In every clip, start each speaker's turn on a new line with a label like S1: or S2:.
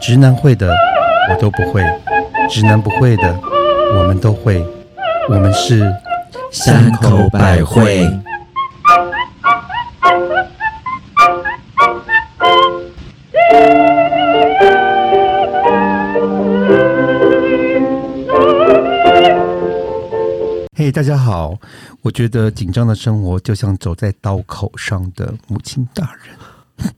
S1: 直男会的我都不会，直男不会的我们都会，我们是
S2: 山口百惠。
S1: 嘿、大家好！我觉得紧张的生活就像走在刀口上的母亲大人。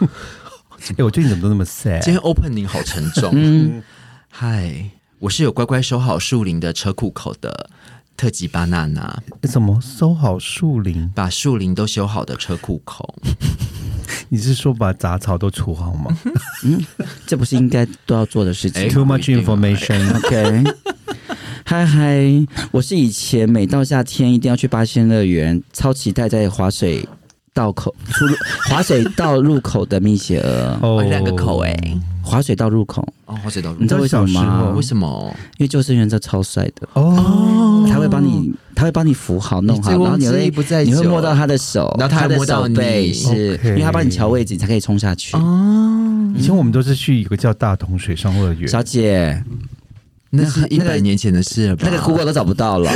S1: 哎、我最近怎么都那么
S2: 今
S1: sad？
S2: 天 opening 好沉重。
S3: 嗯
S2: 嗨，我是有乖乖守好树林的车库口的特级巴娜娜，
S1: 怎么收好树林？
S2: 把树林都修好的车库口。
S1: 你是说把杂草都除好 吗、
S3: 这不是应该都要做的事情
S1: t o o
S2: 不
S1: much
S2: 一定啊
S1: information。
S3: ？OK，嗨嗨，我是以前每到夏天一定要去八仙乐园，超期待在滑水道口出入 滑水道入口的蜜雪儿，
S1: 哦
S2: 哦，两个口哎、
S3: 滑水道入口，
S2: 哦，滑水道路
S3: 你知道为什么
S1: 你知道小时
S3: 吗
S1: 候？
S2: 为什么？
S3: 因为救生员这超帅的，
S2: 嗯
S1: 哦，
S3: 他会帮你，他会帮你扶好弄好，
S2: 你醉翁
S3: 然后你
S2: 之
S3: 会
S2: 意不在
S3: 你会
S2: 酒
S3: 摸到他的手，
S2: 然后他还
S3: 的
S2: 摸到
S3: 手
S2: 你哦
S3: 背，是
S1: OK
S3: 因为他帮你调位置，你才可以冲下去。
S1: 以前我们都是去一个叫大同水上乐园，
S3: 小姐，
S2: 那是一
S3: 那个
S2: 百年前的事了吧？
S3: 那个 Google 都找不到了，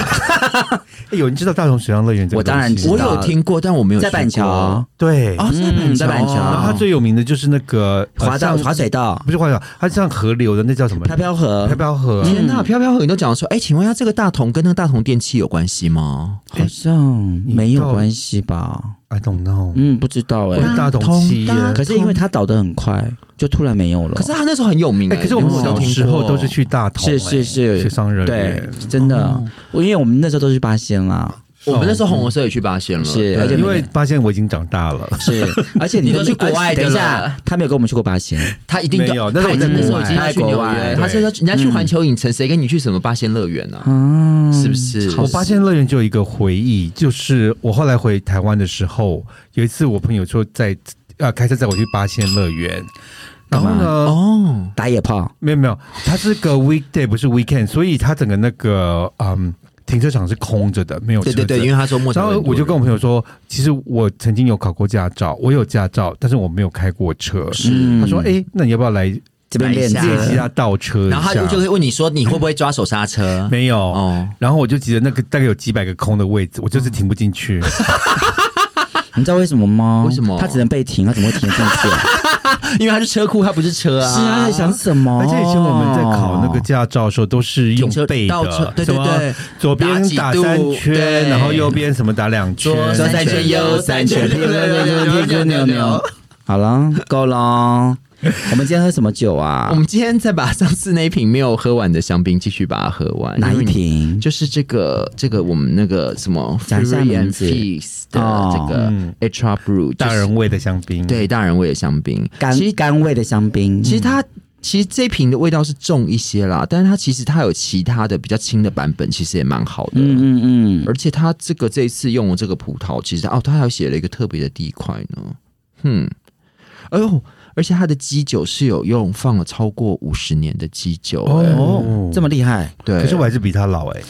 S1: 哎有人知道大同水上乐园这个
S3: 我
S1: 东西？
S3: 当然知道
S2: 我有听过，但我没有
S3: 在板
S2: 去过
S3: 桥。
S1: 对。
S2: 哦，在板
S3: 嗯
S2: 桥，
S3: 在
S2: 哦
S3: 板桥
S1: 然后它
S3: 他
S1: 最有名的就是那个呃
S3: 滑道
S1: 像
S3: 滑水道，
S1: 不是滑道，它像河流的那叫什么？
S3: 飘飘河，
S1: 飘飘河。
S3: 嗯
S2: 天呐，飘飘河你都讲说，哎，请问一下，这个大同跟那个大同电器有关系吗？
S3: 好像没
S1: 到
S3: 有
S1: 底
S3: 关系吧？
S1: I don't know。
S3: 嗯，不知道
S2: 欸
S3: 哎、
S1: 我是大同七耶。
S2: 大
S3: 可是因为它倒得很快，就突然没有了。
S2: 可是他那欸时候很有名
S1: 哎，
S2: 哎，
S1: 可是我们
S2: 有没有
S1: 小
S2: 听
S1: 时候
S2: 过
S1: 都是去大同，
S3: 是
S1: 哎
S3: 是是
S1: 水上乐
S3: 对
S1: 园。，
S3: 真的，
S2: 哦
S3: 我、因为我们那时候都去八仙啊啦，
S2: 我们那时候红红色也去八仙了，
S3: 哦嗯是
S2: 对
S3: 而且
S1: 哦因为发现我已经长大了，
S3: 是，而且你
S2: 你都去国外的
S3: 等一
S2: 了
S3: 下，他没有跟我们去过八仙，
S2: 他一定
S1: 没有那时候我
S2: 他已
S1: 在
S2: 经那时候
S1: 国
S2: 已经
S3: 外
S2: 要去
S3: 在国
S2: 纽
S3: 外
S2: 约，他是要人家去环球影城，谁跟你去什么八仙乐园呢？
S3: 嗯，
S2: 是不是？
S1: 我发现乐园就有一个回忆，就是我后来回台湾的时候，有一次我朋友说在呃开车载我去八仙乐园，然后呢，
S2: 哦，
S3: 打野炮，
S1: 没有没有，它是个 weekday 不是 weekend，所以它整个那个嗯停车场是空着的，没有车
S2: 对
S1: 子。
S2: 对对，因为他说莫
S1: 然后我就跟我朋友说，其实我曾经有考过驾照，我有驾照，但是我没有开过车。
S3: 嗯
S1: 他说：“哎、那你要不要来
S3: 这边
S2: 来
S3: 练
S2: 一下
S1: 练习啊
S3: 习
S1: 一下倒车一下？”
S2: 啊然后他就会问你说你会不会抓手刹车？
S1: 没有。
S2: 哦，
S1: 然后我就记得那个大概有几百个空的位置，我就是停不进去。
S2: 哦
S3: 你知道为什么吗？
S2: 为什么
S3: 他只能被停，他怎么会停得进去？啊
S2: 因为他是车库，他不是车啊。
S3: 是啊，在想什么？
S1: 而且以前我们在考那个驾照的时候，都是用
S2: 停车
S1: 背
S2: 倒车
S1: 的，
S2: 对对
S1: 什么
S2: 对
S1: 左边
S2: 打几
S1: 打
S2: 度
S1: 三圈，
S2: 对
S1: 然后右边什么打两圈，
S2: 左
S3: 左三圈，右三圈，六六六六六六六六。好了，够了。我们今天喝什么酒
S2: 我
S3: 啊？
S2: 们今天再把上次那一瓶没有喝完的香槟继续把它喝完。
S3: 哪
S2: 因
S3: 一
S2: 为你？
S3: 瓶？
S2: 就是这个这个我们那个什么
S3: 讲一下
S2: Fury
S3: 名
S2: and
S3: 字
S2: Feast 的
S3: 哦
S2: 这个
S1: 嗯
S2: Extra Brew，、就是、
S1: 大人味的香槟。
S2: 对大人味的香槟。
S3: 甘
S2: 其实
S3: 甘味的香槟。
S2: 其实它其实这瓶的味道是重一些啦，但是它其实它有其他的比较轻的版本，其实也蛮好的。
S3: 嗯嗯嗯，
S2: 而且它这个这一次用的这个葡萄，其实哦，它还有写了一个特别的地块呢。嗯，哎呦，而且它的基酒是有用放了超过五十年的基酒、哎
S1: 哦，
S3: 这么厉害，
S2: 对，
S1: 可是我还是比他老哎。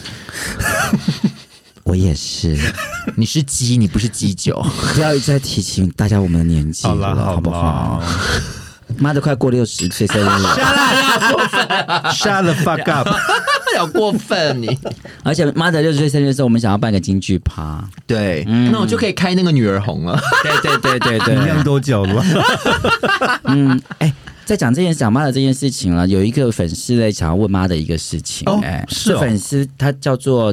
S3: 我也 是。
S2: 你是鸡，你不是鸡酒。
S3: 不要一直在提醒大家我们的年纪
S1: 好啦，
S3: 了，好不好？？妈的，快过六十岁生日 了，
S1: Shut the fuck up！
S2: 好过分你！
S3: 而且妈的六十岁生日的时候，我们想要办个京剧趴。
S2: 对，那我就可以开那个女儿红了。
S3: 对对对对
S1: 酝酿多久了？
S3: 嗯，哎、在讲这件讲妈的这件事情了，有一个粉丝嘞想要问妈的一个事情，
S1: 哦
S3: 哎、
S1: 是哦
S3: 这粉丝他叫做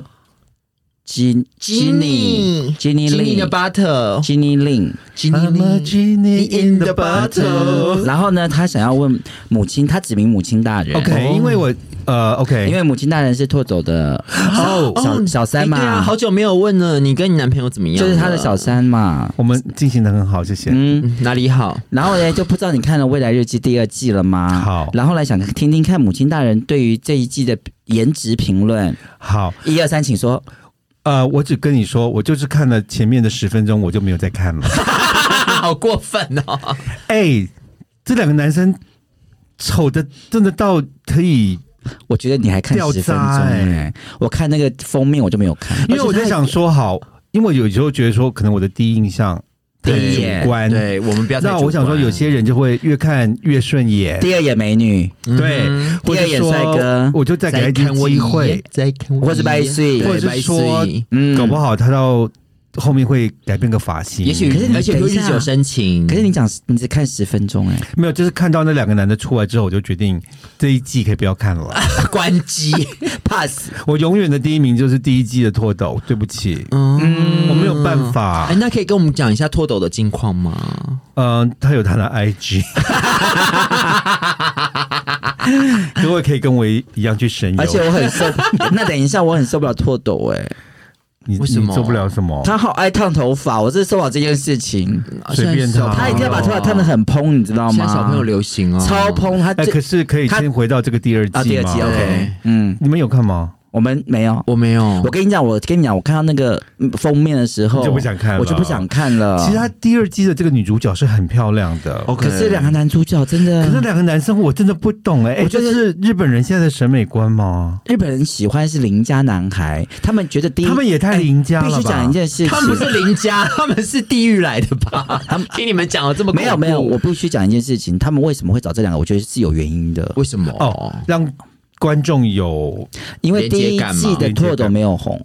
S3: 金金妮金妮
S2: 吉尼的
S3: 令
S2: butter，
S3: 金妮令，
S2: 吉尼
S1: genie
S2: in the bottle
S3: 然后呢，他想要问母亲，他指名母亲大人
S1: OK，因为我呃
S3: 因
S1: OK，
S3: 为母亲大人是拓走的哦小小三嘛，
S2: 对啊，好久没有问了，你跟你男朋友怎么样？
S3: 就是他的小，三嘛，
S1: 我们进行的很好，谢谢。
S3: 嗯。
S2: 嗯，哪里好？
S3: 然后呢，就不知道你看了《未来日记》第二季了吗？
S1: 好
S3: 然后来想听听看母亲大人对于这一季的颜值评论。
S1: 好，
S3: 一二三，请说。
S1: 呃，我只跟你说，我就是看了前面的十分钟，我就没有再看了。
S2: 啊好过分哦！
S1: 哎，这两个男生丑的真的到可以，
S3: 我觉得你还看
S1: 掉
S3: 十分钟
S1: 渣
S3: 哎、
S1: 欸
S3: 我看那个封面我就没有看，
S1: 因为我在想说好，因为有时候觉得说，可能我的第一印象的
S3: 第一眼
S1: 主观。
S2: 对我们不要太
S1: 那我想说，
S2: 主观
S1: 有些人就会越看越顺眼，
S3: 第二眼美女，
S2: 嗯
S1: 对，或
S3: 第
S1: 者
S3: 二眼
S1: 说
S3: 帅哥
S1: 我就再给他一
S2: 看
S1: 点
S2: 我一
S1: 机会
S2: 眼，，再看
S3: 我是白水
S2: 岁，对
S1: 或者
S2: 白
S1: 是说
S2: 水，
S3: 嗯，
S1: 搞不好他到后面会改变个发型。
S2: 也许
S3: 可是你
S2: 而且
S3: 等一
S2: 会日
S3: 下
S2: 久生情，
S3: 可是你讲你只看十分钟哎、
S1: 没有，就是看到那两个男的出来之后，我就决定这一季可以不要看了。
S2: 关机，
S3: pass，
S1: 我永远的第一名就是第一季的拓斗，对不起，
S2: 嗯，
S1: 我没有办法
S2: 哎，。那可以跟我们讲一下拓斗的近况吗？
S1: 嗯、他有他的 IG，各位可以跟我一样去神游。
S3: 而且我很受， 那等一下我很受不了拓斗哎、
S1: 你
S2: 为什么
S1: 你做不了什
S2: 哦
S1: 么？
S3: 他好爱烫头发，我真的受不了这件事情。
S2: 啊
S1: 随便他
S3: 嗯他一定要把头发烫的，
S2: 的
S3: 很蓬，你知道
S2: 哦现在
S3: 吗？
S2: 小朋友流行哦，
S3: 超蓬，他
S1: 哎、
S3: 这、
S1: 可是可以
S3: 啊他
S1: 先回到这个第二季吗？
S3: 啊第二季 OK，
S2: 对
S3: 嗯，
S1: 你们有看吗？
S3: 我们没有。
S2: 我没有
S3: 我，跟你讲，我跟你讲，我看到那个嗯封面的时候，
S1: 你就不想看了
S3: 我就不想看了。
S1: 其实他第二季的这个女主角是很漂亮的。
S2: OK
S3: 可是两个男主角真的，
S1: 可是两个男生我真的不懂哎、哎
S3: 嗯我觉
S1: 这
S3: 得
S1: 是日本人现在的审美观吗？
S3: 日本人喜欢是邻家男孩，他们觉得第一，
S1: 他们也太邻家了
S3: 哎必
S1: 吧？
S3: 须讲一件事情，
S2: 他们不是邻家， 他们是地狱来的吧？他们听你们讲了这么恐怖
S3: 没有没有，我必须讲一件事情，他们为什么会找这两个？我觉得是有原因的，
S2: 为什么？
S1: 哦，让观众有
S3: 因为第一
S2: 连接感
S3: 季
S2: 嘛
S3: 的
S1: 连接
S3: 拓
S1: 感
S3: 斗没有红，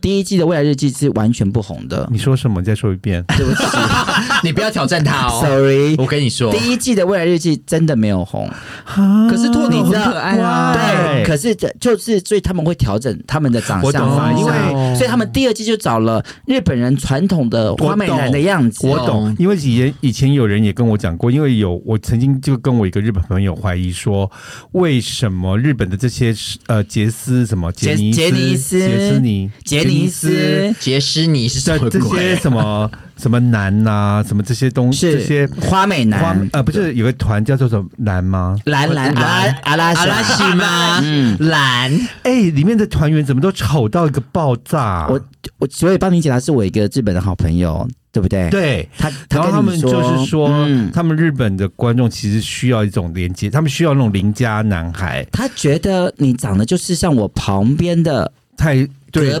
S3: 第一季的未来日记是完全不红的，
S1: 你说什么？再说一遍。
S3: 对不 起
S2: 你不要挑战他哦。
S3: ，sorry。
S2: 我跟你说，
S3: 第一季的未来日记真的没有红，啊
S1: 可
S2: 是拓斗
S3: 你知道
S2: 很可爱啊
S3: 对，可是这就是所以他们会调整他们的长
S1: 我
S3: 相
S1: 懂
S3: 方
S1: 因
S3: 向，
S1: 为
S3: 所以他们第二季就找了日本人传统的花美男的样子。
S1: 我
S2: 哦
S1: 懂，因为以前以前有人也跟我讲过，因为有我曾经就跟我一个日本朋友怀疑说，为什么日本的这些呃杰斯什么杰
S3: 杰
S1: 尼斯
S3: 杰尼斯
S1: 杰斯尼
S3: 杰尼斯
S2: 杰斯尼
S3: 啊
S2: 是什
S1: 这
S2: 么
S1: 这些
S2: 鬼？
S1: 什 么什么男呐、什么这些东西这些
S3: 是花美
S1: 花
S3: 男，
S1: 呃不是有个团叫做什么男吗？
S3: 蓝蓝阿拉阿拉嗯
S2: 阿拉西
S3: 西，
S2: 吗？蓝
S1: 哎、里面的团员怎么都丑到一个爆炸？
S3: 我我所以帮你解答是我一个日本的好朋友，对不对？
S1: 对。
S3: 他，
S1: 然后
S3: 跟
S1: 他们
S3: 你
S1: 就是说，
S3: 嗯
S1: 他们日本的观众其实需要一种连接，他们需要那种邻家男孩，
S3: 他觉得你长得就是像我旁边的
S1: 太
S3: 隔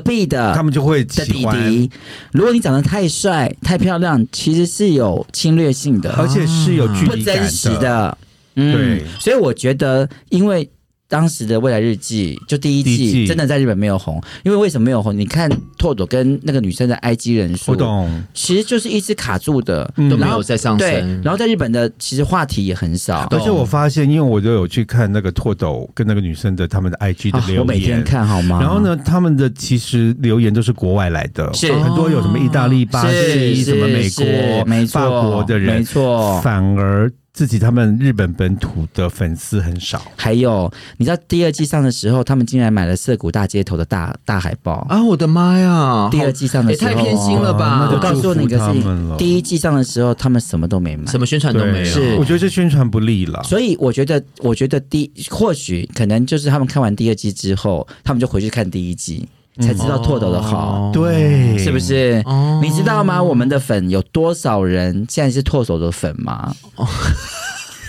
S1: 对，
S3: 壁的
S1: 他们就会
S3: 的
S1: 喜
S3: 弟
S1: 欢，
S3: 弟，如果你长得太帅、太漂亮，其实是有侵略性的，
S1: 而且是有距
S3: 啊不
S1: 离感
S3: 真实
S1: 的。
S3: 的。嗯，
S1: 对
S3: 所以我觉得，因为当时的《未来日记》就第一
S1: 第一
S3: 季
S1: 季
S3: 真的在日本没有红，因为为什么没有红？你看拓朵跟那个女生的 IG 人数，
S1: 我，懂，
S3: 其实就是一直卡住的。
S1: 嗯
S2: 都没
S3: 然后
S2: 有在上
S3: 对
S2: 升，，
S3: 然后在日本的其实话题也很少。
S1: 而且我发现，因为我都有去看那个拓斗跟那个女生的他们的 IG 的
S3: 啊
S1: 留
S3: 我每天
S1: 言，
S3: 看好吗？
S1: 然后？呢，他们的其实留言都是国外来的，
S3: 是哦
S1: 很多有什么意大利、巴西、
S3: 是
S1: 什么美
S3: 是是没
S1: 国、
S3: 错
S1: 法国的
S3: 没
S1: 人，
S3: 错。
S1: 反而自己他们日本本土的粉丝很少。
S3: 还有，你知道第二季上的时候，他们竟然买了涩谷大街头的大大海报。
S2: 啊，我的妈呀！
S3: 第二季上的
S2: 也
S3: 时候，
S2: 太偏心了吧！
S1: 那就
S3: 啊我告诉
S1: 祝福
S3: 你一个事
S1: 他们了
S3: 情，第一季上的时候，他们什么都没买
S2: 什。么宣传都没有，
S1: 我觉得是宣传不力了。
S3: 所以我觉得，我觉得第或许可能就是他们看完第二季之后，他们就回去看第一季，才知道拓斗的好，
S2: 哦，
S1: 对，
S3: 是不？是？
S2: 哦
S3: 你知道吗？我们的粉有多少人现在是拓手的粉吗？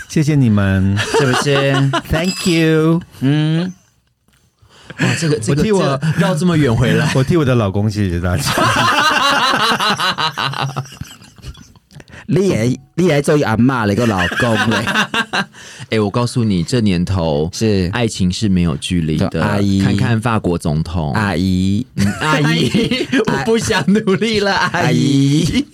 S1: 谢谢你们
S3: 是不是？
S1: ，Thank you。
S3: 嗯，
S2: 哇，这个这个
S1: 我替我
S2: 这个绕这么远回 来，
S1: 我替我的老公谢谢大家。
S3: 你也你也做阿妈了一个老公 嘞，
S2: 哎，我告诉你，这年头
S3: 是
S2: 爱情是没有距离
S3: 对
S2: 的。
S3: 阿姨
S2: 看看法国总统，
S3: 阿姨，阿
S2: 阿
S3: 姨，
S2: 姨，我不想努力了，阿
S3: 阿
S2: 姨，
S3: 姨，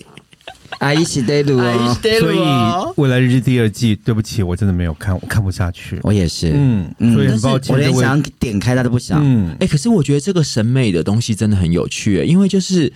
S3: 阿姨是得鲁
S2: 阿姨
S3: 哦，
S2: stay
S1: 所以
S2: 了
S1: 《未来日记》第二季，对不起，我真的没有看，我看不下去。
S3: 我也是，
S1: 嗯，所以很抱歉
S3: 我连
S1: 各位
S3: 想点开他都不想。
S1: 嗯，
S2: 哎、可是我觉得这个审美的东西真的很有趣耶，因为就是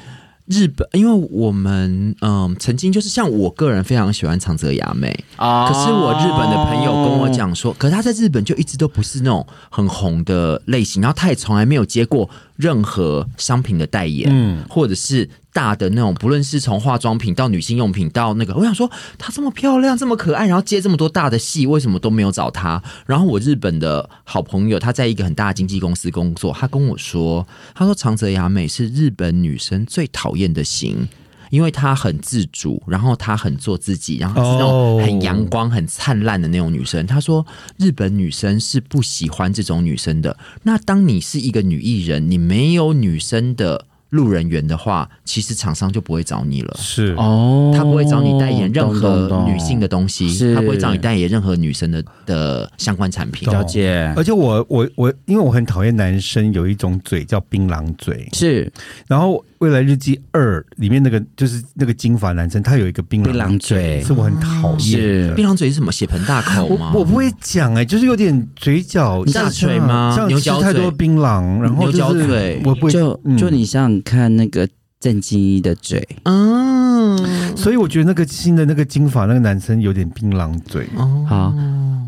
S2: 日本，因为我们嗯，曾经就是像我个人非常喜欢长泽雅美，
S3: 啊
S2: 可是我日本的朋友跟我，讲说，可是他在日本就一直都不是那种很红的类型，然后他也从来没有接过任何商品的代言，
S1: 嗯
S2: 或者是大的那种，不论是从化妆品到女性用品到那个，我想说她这么漂亮，这么可爱，然后接这么多大的戏，为什么都没有找她？然后我日本的好朋友，他在一个很大的经纪公司工作，他跟我说，他说长泽雅美是日本女生最讨厌的型。因为她很自主，然后她很做自己，然后她是那种
S1: 哦
S2: 很阳光、很灿烂的那种女生。她说，日本女生是不喜欢这种女生的。那当你是一个女艺人，你没有女生的路人缘的话，其实厂商就不会找你了。
S1: 是
S3: 哦，
S2: 他不会找你代言任何女性
S3: 的
S2: 的东西，
S3: 是
S2: 他不会找你代言任何女生的的相关产品
S1: 懂。
S3: 了解，
S1: 而且我我我，因为我很讨厌男生有一种嘴叫槟榔嘴，
S3: 是
S1: 然后《未来日记二》里面那个就是那个金发男生，他有一个槟
S3: 槟
S1: 榔
S3: 榔嘴
S1: 是我很讨厌
S3: 是
S1: 的。
S2: 槟榔嘴是什么？血盆大口吗？
S1: 我我不会讲哎、就是有点嘴角
S2: 你下垂吗
S1: 像
S2: 牛
S1: 像
S2: 角
S1: 吃太多
S2: 嘴
S1: 槟榔，然后
S2: 牛角
S1: 就是
S2: 嘴
S1: 我不会
S3: 就
S1: 嗯
S3: 就你想想看那个郑经一的嘴，
S2: 嗯，
S1: 所以我觉得那个新的那个金发那个男生有点槟榔嘴，
S2: 哦，
S3: 好，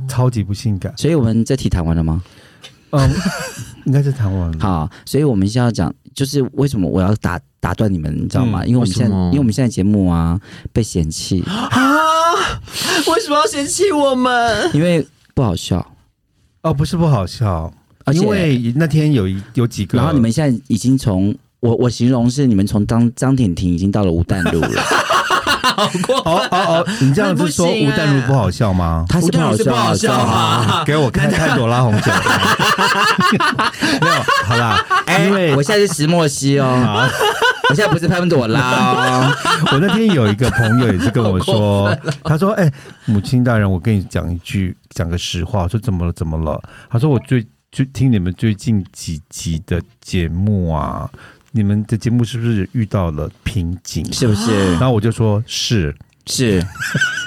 S1: 超级不性感。
S3: 所以我们这题谈完了吗？
S1: 嗯， 应该是谈完了。
S2: 嗯
S3: 好，所以我们现在要讲，就是为什么我要打打断你们，你知道吗？
S1: 嗯
S3: 因为我们现
S2: 为
S3: 在
S2: 什么，啊
S3: 因为我们现在节目啊被嫌弃，
S2: 为什么要嫌弃我们？
S3: 因为不好笑，
S1: 哦，不是不好笑，
S3: 而且
S1: 因为那天有一有几个，
S3: 然后你们现在已经从我我形容是你们从张张婷婷已经到了吴淡如 了，
S1: 哦哦哦，你这样子
S2: 那不
S3: 啊
S1: 说
S2: 行
S1: 吴淡如不好笑吗？
S3: 她是
S2: 吴
S3: 不
S2: 淡
S3: 好
S2: 如是
S3: 笑
S2: 不好笑
S3: 啊。
S2: 啊！
S1: 给我看看朵拉红酒， 没有，好啦，
S3: 哎
S1: 因 为
S3: 我现在是石墨烯哦，我现在不是潘朵拉哦，
S1: 我那天有一个朋友也是跟我说，他说：“哎、母亲大人，我跟你讲一句，讲个实话。”我说：“怎么了？怎么了？”他说：“我最就听你们最近几集的节目啊，你们的节目是不是遇到了瓶颈？”
S3: 是不是
S1: 然？后我就说：“是。
S3: 是，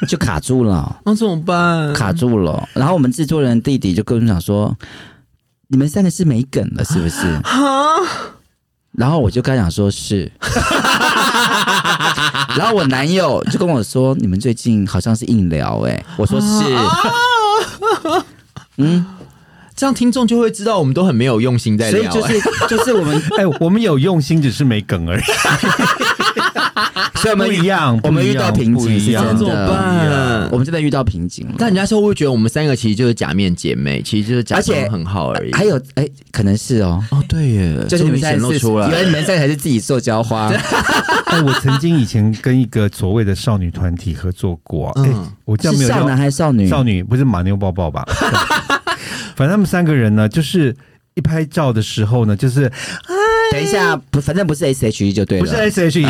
S3: 就卡住了，
S2: 那怎么办？
S3: 卡住了。然后我们制作人弟弟就跟我们讲说，你们三个是没梗了，是不是？然后我就跟他讲说 是。然后我男友就跟我说：“你们最近好像是硬聊哎、我说：“是，
S2: 这样听众就会知道我们都很没有用心在
S3: 所
S2: 聊、
S3: 以就
S2: 哎
S3: 是就是我们，
S1: 哎，我们有用心，只是没梗而已，
S3: 所以 我
S1: 不
S3: 们
S1: 一样。
S3: 我们
S1: 不一
S3: 遇
S1: 样
S3: 到瓶
S1: 不
S3: 颈
S1: 一
S3: 是
S1: 样
S3: 真
S2: 那怎么
S1: 不一
S2: 办
S1: 样
S3: 我们真的遇到瓶颈了。
S2: 但人家说会觉得我们三个其实就是假面姐妹，其实就是假
S3: 而且
S2: 装很好而已。
S3: 还有哎、可能是哦，
S2: 哦，对耶，
S3: 就是你们
S2: 终于
S3: 在
S2: 显露出
S3: 原来啊
S2: 来。
S3: 你们在才是自己做浇 花，
S1: 哎，我曾经以前跟一个所谓的少女团体合作过，哎、
S2: 嗯
S1: 我这样没有
S3: 是少
S1: 用
S3: 男还是少女？
S1: 少女不是马妞抱抱吧？ 对反正他们三个人呢，就是一拍照的时候呢，就是
S3: 等一下，不，反哎正不是 S H E 就对了，
S1: 不是 S H E，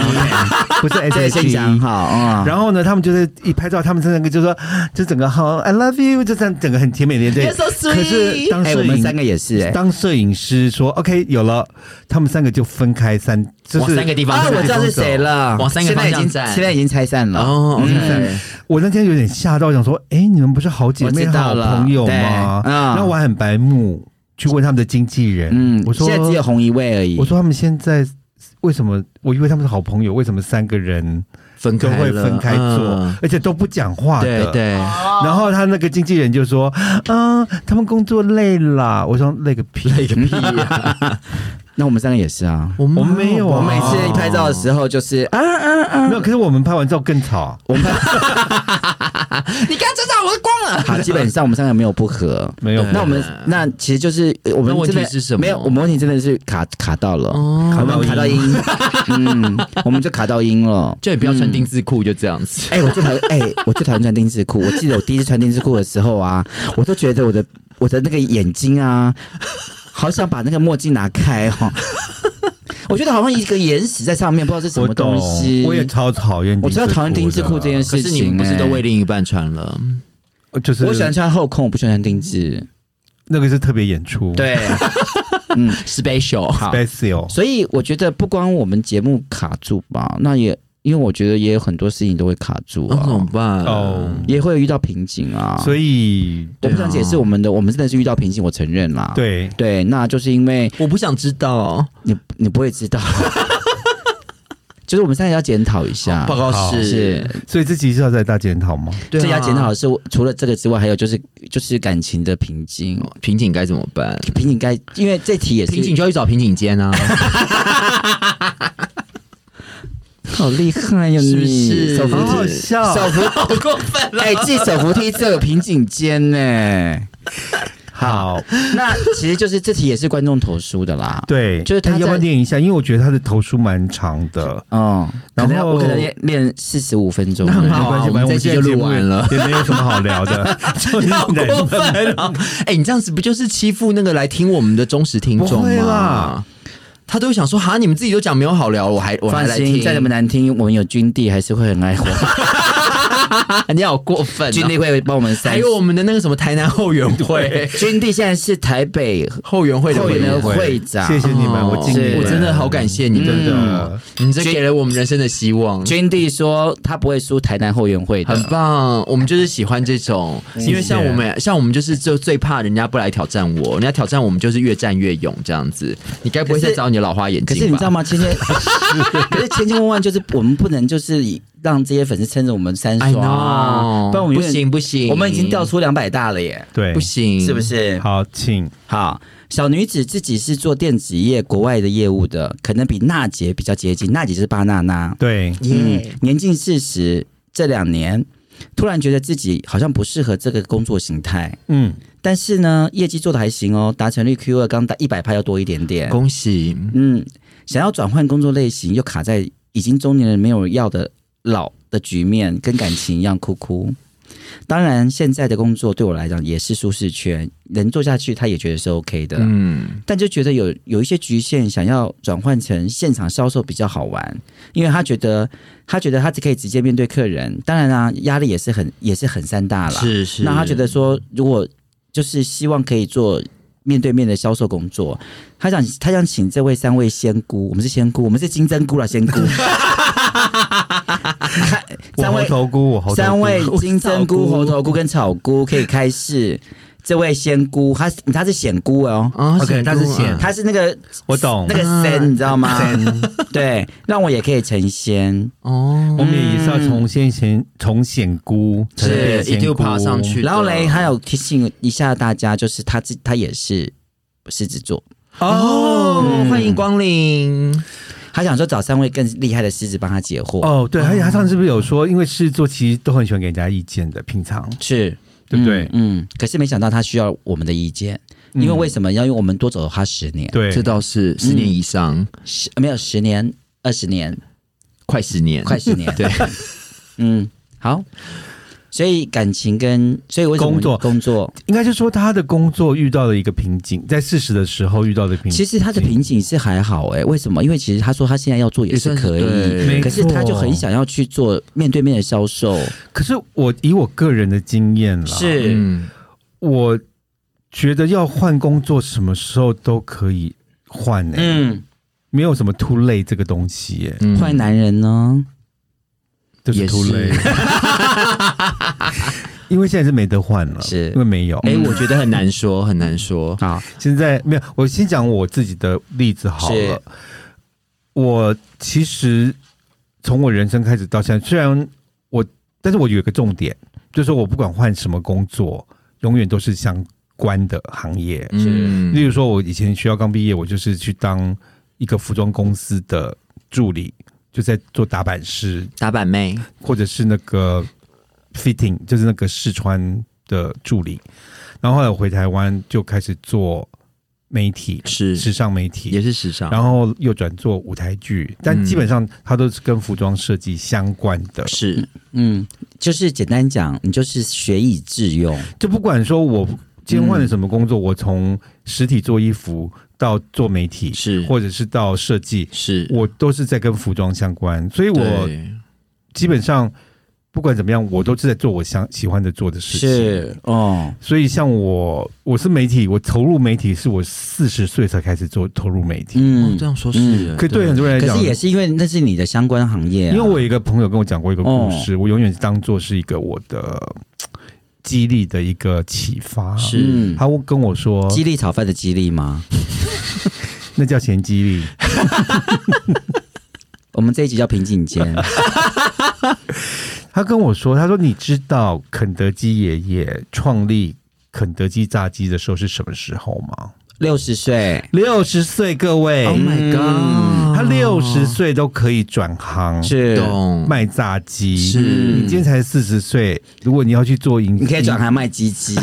S1: 不是 S
S3: 对，
S1: H
S3: 先
S1: E。
S3: 讲好啊。
S1: 然后呢，他们就是一拍照，他们三个就说， 就整个好，I love you，就这样整个很甜美的对。
S2: You're so sweet
S1: 可是当
S3: 哎，
S1: 摄
S3: 我
S1: 影、
S3: 们三个也是哎，
S1: 当摄影师说 OK 有了，他们三个就分开三，就
S2: 往
S1: 是
S2: 三个地方
S3: 啊，
S2: 走
S3: 我知道是谁了，
S2: 往三个
S3: 现在
S2: 方
S3: 已经
S2: 向站。
S3: 现在已经拆散了。
S2: 哦，OK
S3: 嗯
S1: 我那天有点吓到，想说，哎、你们不是好姐妹、
S3: 我知道
S1: 好
S3: 了
S1: 朋友
S3: 对
S1: 吗？
S3: 嗯
S1: 然后我还很白目，去问他们的经纪人，
S3: 嗯，
S1: 我说
S3: 现在只有红一位而已。
S1: 我说他们现在为什么？我以为他们是好朋友，为什么三个人
S2: 分
S1: 都
S2: 开
S1: 会
S2: 了
S1: 分开做，
S2: 嗯
S1: 而且都不讲话的？
S2: 对。对，
S1: 然后他那个经纪人就说：“嗯，他们工作累了。”我说：“累个屁！”
S2: 累个屁呀！
S3: 那我们三个也是啊。
S2: 我
S1: 我们没有啊
S3: 我每次
S1: 哦
S3: 拍照的时候就是啊啊啊！
S1: 没有，可是我们拍完照更吵。
S3: 我们拍
S2: 你刚知道我的光了。
S3: 好，基本上我们三个没有不合。
S1: 没有，
S3: 那我们那其实就是呃我们
S2: 那问题
S3: 真的
S2: 是什么
S3: 没有，我们问题真的是卡卡到了，
S2: 哦
S3: 我们卡到音， 嗯，我们就卡到音了。
S2: 就也不要穿丁字裤，就这样子。
S3: 哎、我最讨厌，哎、我最讨厌穿丁字裤。我记得我第一次穿丁字裤的时候啊，我都觉得我的我的那个眼睛啊，好想把那个墨镜拿开哦。我觉得好像一个眼屎在上面，不知道是什
S1: 我
S3: 么东
S1: 懂
S3: 西。，
S1: 我也超讨厌，
S3: 我超讨厌丁字裤这件，
S2: 可
S3: 事情、
S2: 是你们不是都为
S3: 哎
S2: 另一半穿了？
S1: 就是
S3: 我喜欢穿后空，我不喜欢穿丁字。
S1: 那个是特别演出，
S3: 对，
S2: special 好
S1: ，special。
S3: 所以我觉得不光我们节目卡住吧，那也因为我觉得也有很多事情都会卡住
S2: 那
S3: 啊，
S2: 怎么办？
S1: 哦
S3: 也会遇到瓶颈啊。
S1: 所
S3: 以
S1: 以
S3: 我
S2: 啊
S3: 不想解释我们的，我们真的是遇到瓶颈，我承认啦。。
S1: 对，
S3: 对，那就是因为
S2: 我不想知道。
S3: 你你不会知道， 就是我们现在要检讨一下，
S2: 报告
S1: 好
S2: 是
S3: 是，
S1: 所以这集是要在大检讨吗？
S2: 对啊
S3: 这要检讨的是除了这个之外，还有就是就是感情的瓶颈，
S2: 瓶颈该怎么办？
S3: 瓶颈该因为这题也是
S2: 瓶颈就要去找瓶颈间啊，
S3: 好厉害呀、
S2: 是不
S3: 你
S2: 哦是
S3: 手扶
S1: 好
S2: 好
S1: 好
S3: 梯，
S1: 笑，
S3: 手扶
S2: 好过分了。
S3: 哎，记手扶梯这有瓶颈间呢、
S1: 好，
S3: 那其实就是这题也是观众投书的啦，
S1: 对，
S3: 就是他
S1: 但要不要
S3: 在
S1: 念一下？因为我觉得他的投书蛮长的，
S3: 嗯，可能
S1: 然
S3: 要
S1: 后
S3: 我可能练练四十五分钟，
S2: 那很好
S1: 没关系，
S2: 我
S1: 反正我
S2: 们这
S1: 们
S2: 集
S1: 现在
S2: 就
S1: 节
S2: 录
S1: 目
S2: 完了
S1: 也没有什么好聊的，就是
S2: 好
S1: 忍
S2: 过 分啊！哎、你这样子不就是欺负那个来听我们的忠实听众
S1: 不会
S2: 吗
S1: 啦？
S2: 他都会想说：“哈，你们自己都讲没有好聊了，我还我还
S3: 放
S2: 来
S3: 心，
S2: 听。
S3: 再怎么难听，我们有军弟还是会很爱我，
S2: 啊” 你好过分、
S3: 军
S2: 哦！
S3: 弟会帮我们三
S2: 还。有我们的那个什么台南后援会，
S3: 军弟现在是台北
S2: 后援会的
S3: 后
S2: 委
S3: 援
S2: 员
S3: 的
S1: 会
S3: 会长，
S1: 谢谢你们，我敬
S3: 是
S1: 你，
S2: 我真的好感哦谢你，
S1: 真
S2: 嗯
S1: 的，
S2: 你这给了我们人生的希望。
S3: 军弟说他不会输台南后援会的
S2: 很，棒，我们就是喜欢这种，因为像我们，像我们就是就最怕人家不来挑战我，人家挑战我们就是越战越勇这样子。你该不会
S3: 可
S2: 在
S3: 是
S2: 找你的老花眼
S3: 可
S2: 睛吧？
S3: 是你知道吗？千千，可是千千万万就是我们不能就是以让这些粉丝撑着我们三
S2: I
S3: 刷啊，
S2: know，
S3: 不然我们永
S2: 不
S3: 远
S2: 行哦不行，
S3: 我们已经掉出两百大了耶，
S1: 对
S2: 不，行，
S3: 是不？是？
S1: 好，请
S3: 好，小女子自己是做电子业国外的业务的，可能比娜姐比较接近。娜姐就是巴娜娜，
S1: 对，
S3: 嗯，年近四十这两年，突然觉得自己好像不适合这个工作形态，
S1: 嗯，
S3: 但是呢，业绩做的还行哦，达成率 Q 二刚达一百趴要多一点点。
S2: 恭喜，
S3: 嗯，想要转换工作类型，又卡在已经中年人没有要的老的局面，跟感情一样哭哭。当然，现在的工作对我来讲也是舒适圈，能做下去，他也觉得是 OK 的。
S2: 嗯，
S3: 但就觉得有有一些局限，想要转换成现场销售比较好玩，因为他觉得他觉得他只可以直接面对客人，当然啦、压力也是很也是很山大啦。
S2: 是是。
S3: 那他觉得说，如果就是希望可以做面对面的销售工作，他想他想请这位三位仙姑，我们是仙姑，我们是金针菇啦，仙姑。
S1: 我
S3: 三
S1: 猴
S3: 位
S1: 头菇，我猴头菇
S3: 三位金针 菇、
S2: 草菇
S3: 猴头菇跟草菇可以开市。这位仙姑，她他是显姑哦，
S2: 啊
S1: ，OK，
S2: 仙
S1: 他是
S2: 姑啊
S1: 显
S3: 她是那个
S1: 嗯我懂
S3: 那，个仙，你知道吗？ 对，让我也可以成仙。
S2: 哦，
S1: 我们也是要从先贤从显菇，
S2: 是
S1: 从变仙
S2: 一定要
S1: 菇
S2: 爬上去
S3: 然后嘞，还有提醒一下大家，就是他自他也是狮子座，
S2: 哦，欢迎光临，
S3: 他想说找三位更厉害的狮子帮他解惑。
S1: 哦，对，而且他上次是不是有说，因为狮子座其实都很喜欢给人家意见的，平常
S3: 是，
S1: 对不对？嗯
S3: 嗯？嗯，可是没想到他需要我们的意见，因为为什么要用我们多走了他十年？
S1: 对，
S2: 这倒是十年以上，
S3: 十呃没有十年，二十年，
S2: 快十年，
S3: 快十年。
S2: 对，
S3: 嗯，好。所以感情跟所以为什么
S1: 工作
S3: 工作，
S1: 应该是说他的工作遇到了一个瓶颈，在四十的时候遇到的瓶颈。
S3: 其实他的瓶颈是还好哎、为什么？因为其实他说他现在要做也是可
S2: 也算是
S3: 以，
S1: 没
S3: 可是他就很
S1: 错
S3: 想要去做面对面的销售，
S1: 可是我以我个人的经验啦，
S3: 是
S2: 嗯，
S1: 我觉得要换工作，什么时候都可以换呢、
S3: 嗯，
S1: 没有什么 too late 这个东西耶、
S2: 嗯
S3: 坏男人呢？
S1: 就是
S2: 也
S1: too
S2: 是
S1: late。因为现在是没得换了，
S3: 是
S1: 因为没有。
S2: 哎、我觉得很难说，很难说。
S3: 好，
S1: 现在没有，我先讲我自己的例子好了
S3: 是。
S1: 我其实从我人生开始到现在，虽然我，但是我有一个重点，就是我不管换什么工作，永远都是相关的行业。例
S2: 嗯，
S1: 如说，我以前学校刚毕业，我就是去当一个服装公司的助理，就在做打版师，
S2: 打板妹，
S1: 或者是那个 fitting，就是那个试穿的助理。然后后来我回台湾就开始做媒体，
S2: 是
S1: 时尚媒体，
S2: 也是嗯时尚，
S1: 然后又转做舞台剧，但基本上它都是跟服装设计相关的。
S2: 是
S3: 嗯，就是简单讲，你就是学以致用，
S1: 就不管说我今天换了什么工作，我从实体做衣服到做媒体，
S2: 是
S1: 或者是到设计，
S2: 是，
S1: 我都是在跟服装相关，所以我
S2: 对
S1: 基本上不管怎么样，我都是在做我想喜欢的做的事情。
S3: 哦，
S1: 所以像我，我是媒体，我投入媒体是我四十岁才开始做投入媒体，
S2: 哦
S3: 嗯
S2: 这样说是，
S1: 可对很多人来
S3: 可
S1: 讲
S3: 是，也是因为那是你的相关行业、啊，
S1: 因为我有一个朋友跟我讲过一个故事，我永远当做是一个我的嘖激励的一个启发。
S2: 是
S3: 嗯，
S1: 他跟我说，
S3: 激励炒饭的激励吗？
S1: 那叫前激励。
S3: 我们这一集叫瓶颈 间，
S1: 他跟我说，他说你知道肯德基爷爷创立肯德基炸鸡的时候是什么时候吗？
S3: 六十岁
S1: 六十岁，各位嗯
S2: Oh my god！
S1: 他六十岁都可以转行
S3: 是
S2: 懂，
S1: 卖炸鸡，
S2: 是
S1: 你今天才四十岁，如果你要去做营，
S3: 你可以转行卖鸡鸡，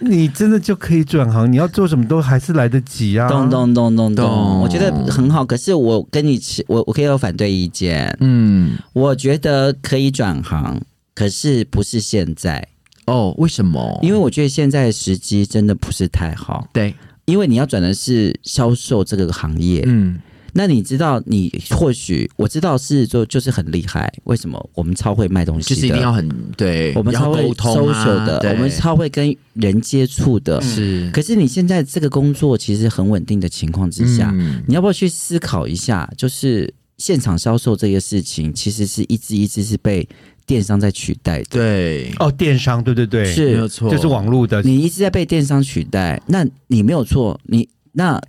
S1: 你，你真的就可以转行，你要做什么都还是来得及啊。
S3: 咚咚咚咚
S2: 懂
S3: 咚，我觉得很好。可是我跟你持，我我可以有反对意见，
S2: 嗯，
S3: 我觉得可以转行，可是不是现在，
S2: 哦，为什么？
S3: 因
S2: 为
S3: 为我觉得现在的时机真的不是太好。
S2: 对，
S3: 因为你要转的是销售这个行业，
S2: 嗯，
S3: 那你知道你或许我知道是做就是很厉害，为什么我们超会卖东西
S2: 就
S3: 的？
S2: 是一定要很对，
S3: 我们
S2: 要
S3: 超会
S2: 沟通啊
S3: social 的，
S2: 对嗯
S3: 我们超会跟人接触的。
S2: 是
S3: 可是你现在这个工作其实很稳定的情况之下，
S2: 嗯
S3: 你要不要去思考一下，就是现场销售这个事情，其实是一只一只是被电商在取代的，
S2: 对，
S1: 哦，电商，对对对，
S3: 哦是
S2: 没有错，
S1: 就是网络的，
S3: 你一直在被电商取代，那你没有错，你那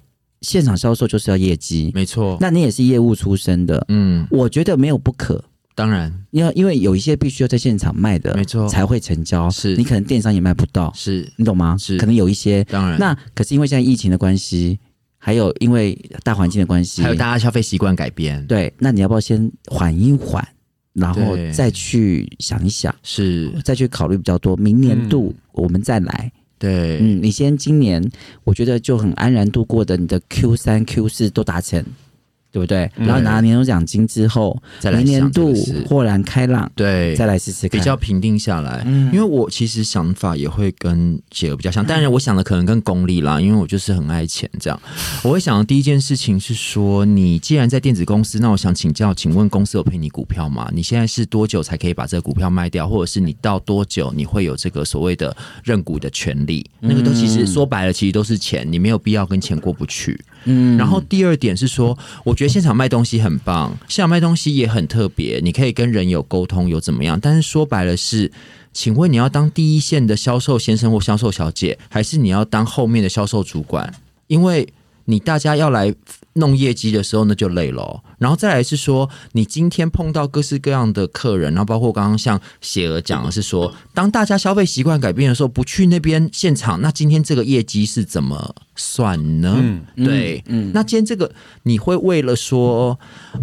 S3: 现场销售就是要业绩，
S2: 没错，
S3: 那你也是业务出身的，
S2: 嗯，
S3: 我觉得没有不可。
S2: 当然
S3: 要因为有一些必须要在现场卖的，
S2: 没错
S3: 才会成交。
S2: 是
S3: 你可能电商也卖不到，
S2: 是
S3: 你懂吗？
S2: 是
S3: 可能有一些。
S2: 当然，
S3: 那可是因为现在疫情的关系，还有因为大环境的关系，
S2: 还有大家消费习惯改变，
S3: 对，那你要不要先缓一缓，然后
S2: 对
S3: 再去想一想，
S2: 是，
S3: 再去考虑比较多，明年度我们再来。
S2: 嗯对，
S3: 嗯，你先今年，我觉得就很安然度过的，你的 Q 三、Q 四都达成，对不对？
S1: 嗯
S3: 然后拿年终奖金之后，
S2: 再来
S3: 明年
S2: 想这
S3: 度
S2: 个事
S3: 豁然开朗，
S2: 对，
S3: 再来试试看。
S2: 比较平定下来。
S3: 嗯
S2: 因为我其实想法也会跟姐儿比较像，当然我想的可能更功利啦，因为我就是很爱钱这样。我会想的第一件事情是说，你既然在电子公司，那我想请教，请问公司有赔你股票吗？你现在是多久才可以把这个股票卖掉，或者是你到多久你会有这个所谓的认股的权利？那个都其实说白了，其实都是钱，你没有必要跟钱过不去。
S3: 嗯
S2: 然后第二点是说，我觉得现场卖东西很棒，现场卖东西也很特别，你可以跟人有沟通，有怎么样？但是说白了是，请问你要当第一线的销售先生或销售小姐，还是你要当后面的销售主管？因为你大家要来弄业绩的时候，那就累了哦、然后再来是说，你今天碰到各式各样的客人，然后包括刚刚像雪儿讲的是说，当大家消费习惯改变的时候，不去那边现场，那今天这个业绩是怎么算呢？对，嗯，那今天这个你会为了说，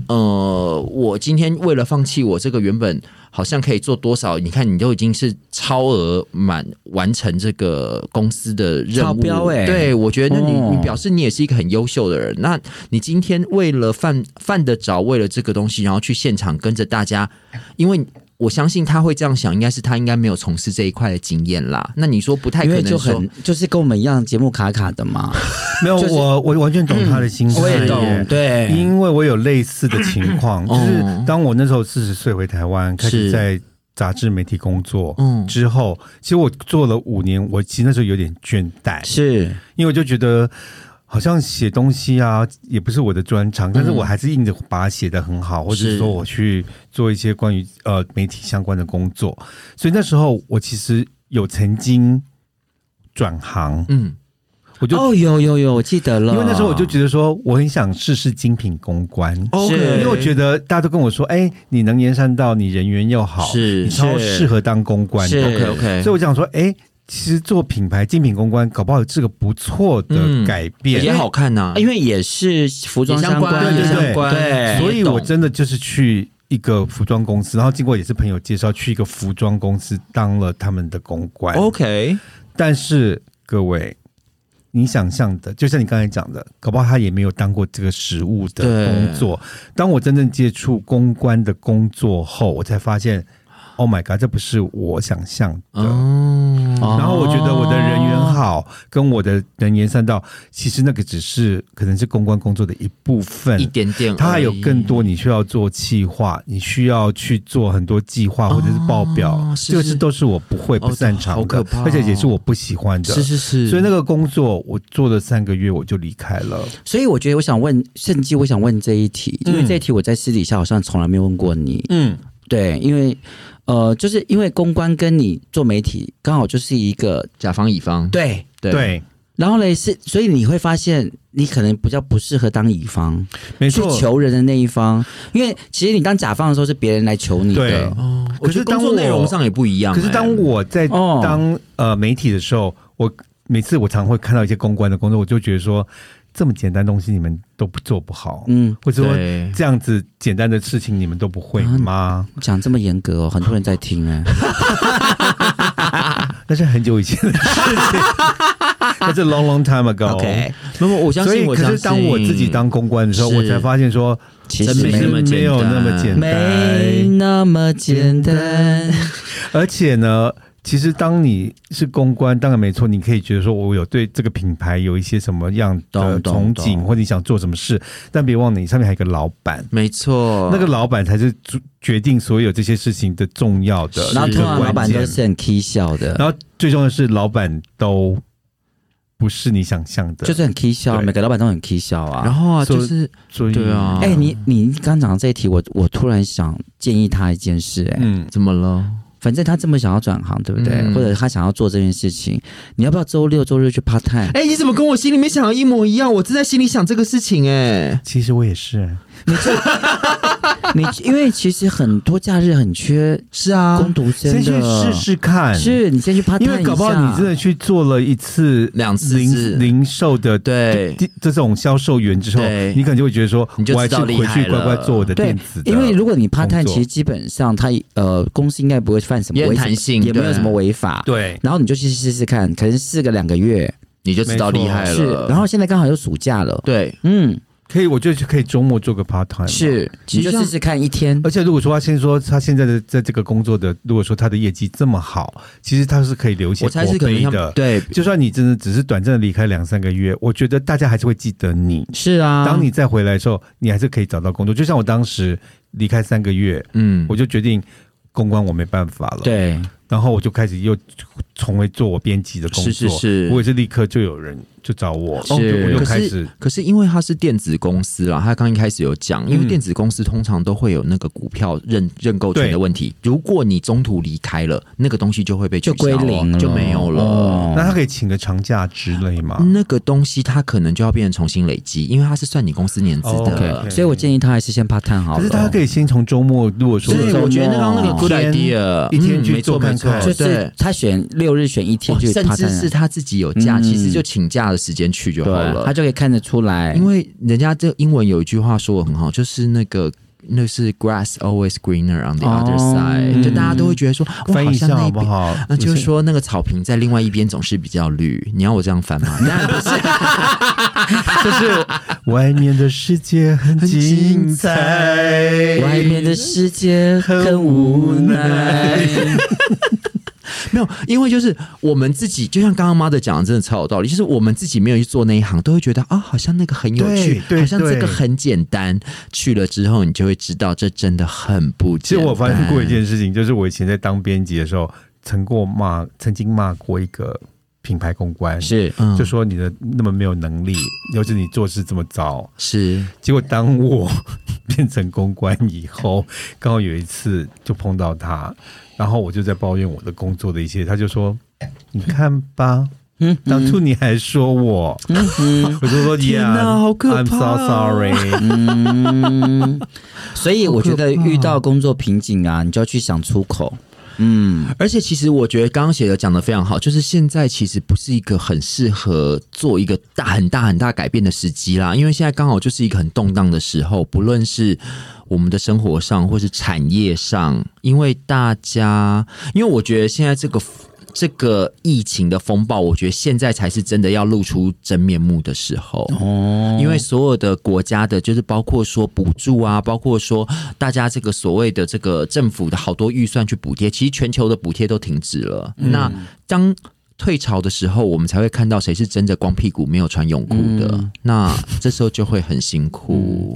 S2: 呃，我今天为了放弃我这个原本好像可以做多少，你看你都已经是超额满完成这个公司的任
S3: 超
S2: 务，
S3: 标欸
S2: 对我觉得那你、
S3: 哦
S2: 你表示你也是一个很优秀的人，那你今天为了犯犯得着，为了这个东西，然后去现场跟着大家，因为。我相信他会这样想，应该是他应该没有从事这一块的经验啦。那你说不太可
S3: 因
S2: 能
S3: 为就
S2: 说
S3: 很就是跟我们一样节目卡卡的 嘛，
S1: 没有
S3: 就是嗯
S1: 我我完全懂他的心情，
S3: 我也
S1: 耶
S3: 懂，嗯对，
S1: 因为我有类似的情况，就
S2: 哦
S1: 是当我那时候四十岁回台湾，开
S2: 是
S1: 始在杂志媒体工作
S2: 嗯
S1: 之后，其实我做了五年，我其实那时候有点倦怠，
S3: 是
S1: 因为我就觉得。好像写东西啊，也不是我的专长，但是我还是硬着把它写得很好，或者
S2: 是
S1: 是说我去做一些关于呃媒体相关的工作，所以那时候我其实有曾经转行，
S2: 嗯，
S1: 我就
S3: 哦，有有有，我记得了，
S1: 因为那时候我就觉得说，我很想试试精品公关。
S2: OK
S1: 因为我觉得
S2: 得
S1: 大家都跟我说，哎、你能言善道，你人缘又好，
S2: 是
S1: 你超
S2: 是
S1: 适合当公关
S3: 是
S1: 的。
S2: OK OK，
S1: 所以我想说，哎、其实做品牌精品公关，搞不好是个不错的
S2: 嗯
S1: 改变。
S2: 也好看
S3: 啊
S2: 呐、
S3: 因为也是服装
S2: 也相关
S1: 对
S3: 关，
S1: 对对
S3: 相关
S2: 对
S1: 哎所以
S2: 哎懂
S1: 我真的就是去一个服装公司，然后经过也是朋友介绍，去一个服装公司当了他们的公
S2: 哎
S1: 关。
S2: OK，
S1: 但是各位，你想象的，就像你刚才讲的，搞不好他也没有当过这个实务的工作。当我真正接触公关的工作后，我才发现，Oh my god，这不是我想象的。
S2: 哦，
S1: 然后我觉得我的人缘好，跟我的人言善道，其实那个只是可能是公关工作的一部分
S2: 一。点点而已，
S1: 它还有更多，你需要做企划，你需要去做很多计划或者是报表，
S2: 哦是
S1: 这个
S2: 是
S1: 是都是我不会、
S2: 哦
S1: 不擅长
S2: 好可
S1: 的
S2: 怕哦，
S1: 而且也是我不喜欢的。
S2: 是是是，
S1: 所以那个工作我做了三个月，我就离开了。
S3: 所以我觉得我想问，甚至我想问这一题，因为
S1: 嗯
S3: 这一题我在私底下好像从来没有问过你，
S1: 嗯，
S3: 对，因为呃，就是因为公关跟你做媒体刚好就是一个
S2: 甲方乙方，
S3: 对。
S2: 对
S1: 对，
S3: 然后嘞，是所以你会发现，你可能比较不适合当乙方，
S1: 没
S3: 去
S1: 错。
S3: 求人的那一方，因为其实你当甲方的时候是别人来求你
S1: 对
S3: 的，
S2: 哦，我
S1: 可
S2: 觉
S1: 是
S2: 得工
S1: 当
S2: 作内容
S1: 我
S2: 上也不一样欸、
S1: 可是当我在
S3: 哦
S1: 当呃媒体的时候，我每次我常会看到一些公关的工作，我就觉得说这么简单东西你们都不做不好，
S3: 嗯，
S1: 或者说
S2: 对啊
S1: 这样子简单的事情你们都不会吗？
S3: 讲这么严格哦，很多人在 听哎、
S1: 那是很久以前的事 情，那是 long long time ago。
S3: OK，
S2: 那么我相
S1: 所以，
S2: 信，我
S1: 可是当我自己当公关的时候，我
S2: 是
S1: 才发现说，
S3: 其
S2: 真
S3: 实
S1: 其
S2: 没那
S1: 实
S2: 么简
S1: 没有那么
S2: 单
S1: 简单，
S3: 没那么简单，
S1: 而且呢，其实当你是公关，当然没错，你可以觉得说我有对这个品牌有一些什么样的
S2: 懂懂
S1: 憧憬，
S2: 懂
S1: 或者你想做什么事，但别忘了你上面还有一个老板。
S2: 没错，
S1: 那个老板才是主决定所有这些事情的重要的
S3: 然后
S1: 一
S3: 通
S1: 个
S3: 常老
S1: 关
S3: 板
S1: 键
S3: 都是很 k 笑的，
S1: 然后最重要的是，老板都不是你想象的，
S3: 就是很 k 笑，
S1: 对
S3: 每个老板都很 k 笑啊。
S2: 然后啊，
S1: 所以
S2: 就是
S1: 所以
S2: 对啊
S1: 嗯
S3: 哎、你你刚讲到这一题，我我突然想建议他一件事、哎、
S1: 嗯，
S2: 怎么了？
S3: 反正他这么想要转行，对不对？
S2: 嗯
S3: 或者他想要做这件事情，你要不要周六周日去 part time？
S2: 哎、你怎么跟我心里面想的一模一样？我正在心里想这个事情、哎，
S1: 其实我也是，
S3: 你因为其实很多假日很缺
S2: 是啊
S3: 工读生
S1: 先
S3: 的，
S1: 去试试看，
S3: 是你先去 part time
S1: 因为搞不好你真的去做了一次
S2: 两次是
S1: 零零售的
S2: 对
S1: 这这种销售员之后
S2: 对，
S1: 你可能就会觉得说，
S2: 你就
S1: 我还
S2: 知
S1: 是
S2: 道厉
S1: 回
S2: 害
S1: 去乖乖
S2: 了
S1: 做我的
S3: 对
S1: 电子，的，
S3: 因为如果你 part
S1: 工
S3: time，
S1: 作
S3: 其实基本上他呃公司应该不会犯什么
S2: 也很
S3: 违
S2: 弹性
S3: 也没有
S2: 对
S3: 什么违法。
S1: 对
S3: 然后你就去试试看，可能试个两个月
S2: 你就知道厉害了。
S3: 是。然后现在刚好又暑假了，
S2: 对，
S3: 嗯，
S1: 可以，我觉得就可以周末做个 part time，
S3: 是，
S2: 其
S3: 你
S2: 实
S3: 就
S2: 像
S3: 试试看一天。
S1: 而且如果说他先说他现在的在这个工作的，如果说他的业绩这么好，其实他是可以留一些
S2: 我猜是可
S1: 口
S2: 能
S1: 碑
S2: 像
S1: 的。
S2: 对
S1: 就算你真的只是短暂的离开两三个月，我觉得大家还是会记得你。
S3: 是啊，
S1: 当你再回来的时候，你还是可以找到工作。就像我当时离开三个月，
S2: 嗯，
S1: 我就决定公关我没办法了，
S3: 对
S1: 然后我就开始又重回做我编辑的工作。
S2: 是是是
S1: 我也是立刻就有人就找我，
S2: 是
S1: 哦我又
S2: 可是
S1: 开始
S2: 可是因为它是电子公司啦，他刚一开始有讲，因为
S1: 嗯
S2: 电子公司通常都会有那个股票认认购权
S1: 对
S2: 的问题。如果你中途离开了，那个东西就会被取
S3: 就
S2: 消
S3: 归零
S2: 了
S3: 了，
S2: 就没有了。
S3: 哦
S1: 那他可以请个长假之类吗？
S2: 那个东西它可能就要变成重新累积，因为它是算你公司年资
S1: 哦
S2: 的。
S1: OK
S3: OK，所以我建议他还是先 part time 好了。
S1: 可是他可以先从周末，如果说
S3: 对
S2: 对，我觉得那刚刚那个 good
S1: 一天
S2: idea，
S1: 一天去
S2: 没错
S1: 做看
S2: 没错
S1: 看，
S3: 就
S2: 对
S3: 是他选六日选一天
S2: 哇
S3: 去
S2: 甚
S3: part
S2: 至
S3: time，啊
S2: 是他自己有假，
S3: 嗯
S2: 其实就请假的时间去就好
S3: 对，他
S2: 了。
S3: 就可以看得出来，
S2: 因为人家这英文有一句话说的很好，就是那个。那是 grass always greener on the other
S3: 哦
S2: side，、
S1: 嗯
S2: 就大家都会觉得说，哇，
S1: 翻译
S2: 好
S1: 一
S2: 像
S1: 下
S2: 那
S1: 好不
S2: 边，
S1: 好？
S2: 嗯那就是说那个草坪在另外一边总是比较绿。你要我这样翻 吗？当然不是，
S1: 就是外面的世界很精彩，
S3: 外面的世界很无奈。
S2: 没有，因为就是我们自己，就像刚刚妈的讲的，真的超有道理。就是我们自己没有去做那一行，都会觉得啊，好像那个很有趣，
S1: 对对
S2: 好像这个
S1: 对
S2: 很简单。去了之后，你就会知道这真的很不
S1: 其
S2: 简
S1: 实
S2: 单。
S1: 我发现过一件事情，就是我以前在当编辑的时候，曾过骂，曾经骂过一个品牌公关，
S3: 是
S2: 嗯
S1: 就说你的那么没有能力，尤其你做事这么糟。
S2: 是
S1: 结果当我 变成公关以后，刚好有一次就碰到他，然后我就在抱怨我的工作的一些，他就说：“你看吧，
S3: 嗯
S1: 当初你还说我。
S3: 嗯哼
S1: 我就说
S2: 天哪
S1: Yeah,
S2: 好可
S1: I'm
S2: 怕
S1: so
S2: 哦
S1: sorry。
S3: 嗯，所以我觉得
S2: 好可怕
S3: 遇到工作瓶颈啊，你就要去想出口。嗯，
S2: 而且其实我觉得刚刚写的讲的非常好，就是现在其实不是一个很适合做一个大很大很大改变的时机啦，因为现在刚好就是一个很动荡的时候，不论是我们的生活上或是产业上，因为大家，因为我觉得现在这个。 这个疫情的风暴，我觉得现在才是真的要露出真面目的时候。
S3: 哦，
S2: 因为所有的国家的，就是包括说补助啊，包括说大家这个所谓的这个政府的好多预算去补贴，其实全球的补贴都停止了。
S1: 嗯
S2: 那当退潮的时候，我们才会看到谁是真的光屁股没有穿泳裤的。
S1: 嗯
S2: 那这时候就会很辛苦。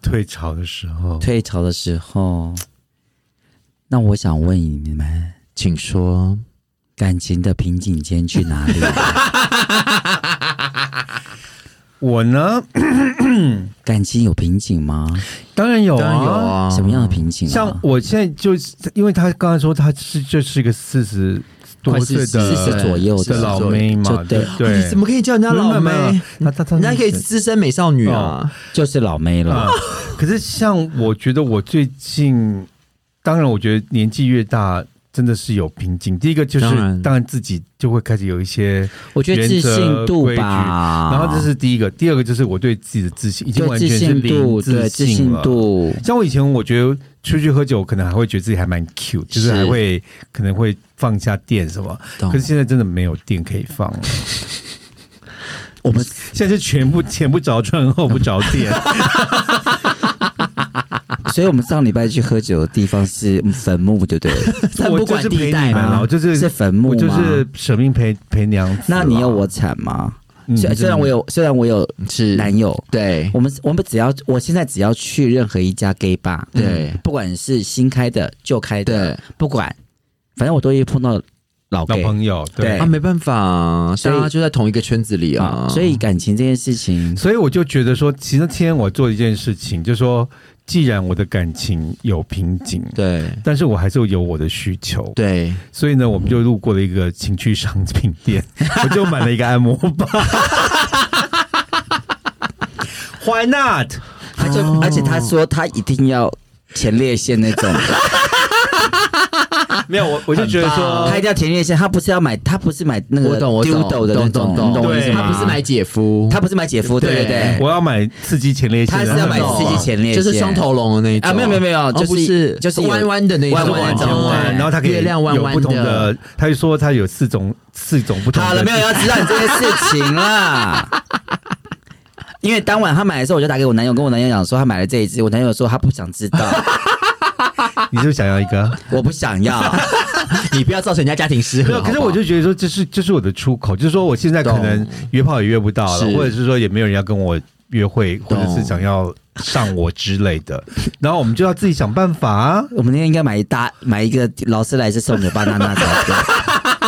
S1: 退潮的时候，
S3: 退潮的时候，那我想问你们，
S2: 请说，
S3: 感情的瓶颈间去哪里？啊
S1: 我呢，
S3: 感情有瓶颈吗？
S1: 当然有
S2: 当然有
S1: 啊。
S2: 啊，
S3: 什么样的瓶颈、啊？
S1: 像我现在就是，因为他刚才说他是就是一个四十多岁的
S3: 快40 40左右
S1: 的
S3: 的
S1: 呃老妹嘛，
S3: 就对
S1: 对不对，
S2: 哎你怎么可以叫人家老
S1: 没有没有没
S2: 妹
S1: 有？哦那他他
S2: 人家可以资深美少女啊！
S3: 就是老妹了
S1: 啊。可是像我觉得我最近，当然我觉得年纪越大。真的是有瓶颈。第一个就是，
S2: 当
S1: 当
S2: 然
S1: 然自己就会开始有一些，
S3: 我觉得自信度
S1: 原则规矩
S3: 吧，
S1: 然后这是第一个，第二个就是我对自己的自信已经
S3: 对
S1: 完
S3: 自
S1: 全是
S3: 信
S1: 零
S3: 度，对自信
S1: 了。
S3: 度，
S1: 像我以前，我觉得出去喝酒，可能还会觉得自己还蛮 cute，就是还会可能会放下电什么。
S2: 懂
S1: 可是现在真的没有电可以放了，
S3: 我们
S1: 现在是全部前不着村后不着店。
S3: 所以我们上礼拜去喝酒的地方是坟 墓，对不对？
S2: 但
S1: 我
S2: 不
S1: 就
S2: 管
S1: 是陪
S2: 地
S1: 你
S2: 带
S1: 们
S2: 嘛
S1: 了，我就是
S3: 啊是坟墓
S1: 我
S3: 吗？
S1: 就是舍命陪陪娘子啦。
S3: 那你有我惨吗？
S1: 嗯，
S3: 虽虽然我有，虽然我有
S2: 是
S3: 男友，
S2: 对
S3: 我们我们只要我现在只要去任何一家 gay bar，
S2: 对
S3: 嗯不管是新开的、旧开的
S2: 对，
S3: 不管，反正我都会碰到老
S1: 老
S3: gay
S1: 朋友
S3: 对
S1: 对嗯
S2: 啊，。没办法，
S3: 所
S2: 大
S3: 以
S2: 家就在同一个圈子里啊
S3: 啊，，所以感情这件事情，
S1: 所以我就觉得说，其实那天我做一件事情，就说既然我的感情有瓶颈，
S2: 对
S1: 但是我还是有我的需求，
S2: 对，
S1: 所以呢，我们就路过了一个情趣商品店， 我就买了一个按摩棒。Why not？
S3: 他就、而且他说他一定要前列腺那种，
S1: 没有，我我就觉得
S2: 很
S1: 说
S2: 棒
S3: 他一定要前列腺，他不是要买，他不是买那
S2: 我
S3: 个
S2: 懂我懂
S3: dildo 的那
S2: 懂
S3: 种，
S2: 懂
S3: 你懂我意思
S1: 对
S3: 吗？
S2: 他不是买，姐夫，
S3: 他不是买姐夫，对对
S2: 对
S3: 对。
S1: 我要买刺激前列腺啊
S3: 他
S1: 的
S3: 是
S1: 那
S3: 要
S1: 种，
S3: 买刺激前列腺
S2: 就是双头龙的那一种
S3: 啊没有没有没有
S2: 哦
S3: 就是
S2: 不是
S3: 就是有
S2: 弯弯的那一种
S3: 弯弯的
S1: 哦
S3: 对
S1: 然后它可以
S2: 月亮弯
S1: 有
S2: 弯
S1: 不同的，他就说他有四种四种不同的。
S3: 好了，没有要知道你这件事情啦。 因为当晚他买的时候，我就打给我男友，跟我男友讲说他买了这一只，我男友说他不想知道，
S1: 你就想要一个？
S3: 我不想要。
S2: 你不要造成人家家庭失
S1: 没
S2: 和
S1: 有，。啊可是
S2: 好不好
S1: 我就觉得说，这是这是我的出口，就是说我现在可能约炮也约不到了，
S2: 是
S1: 或者是说也没有人要跟我约会，或者是想要上我之类的， 然后我们就要自己想办法啊。
S3: 我们那天应该买一大买一个劳斯莱斯送给巴娜娜 才对。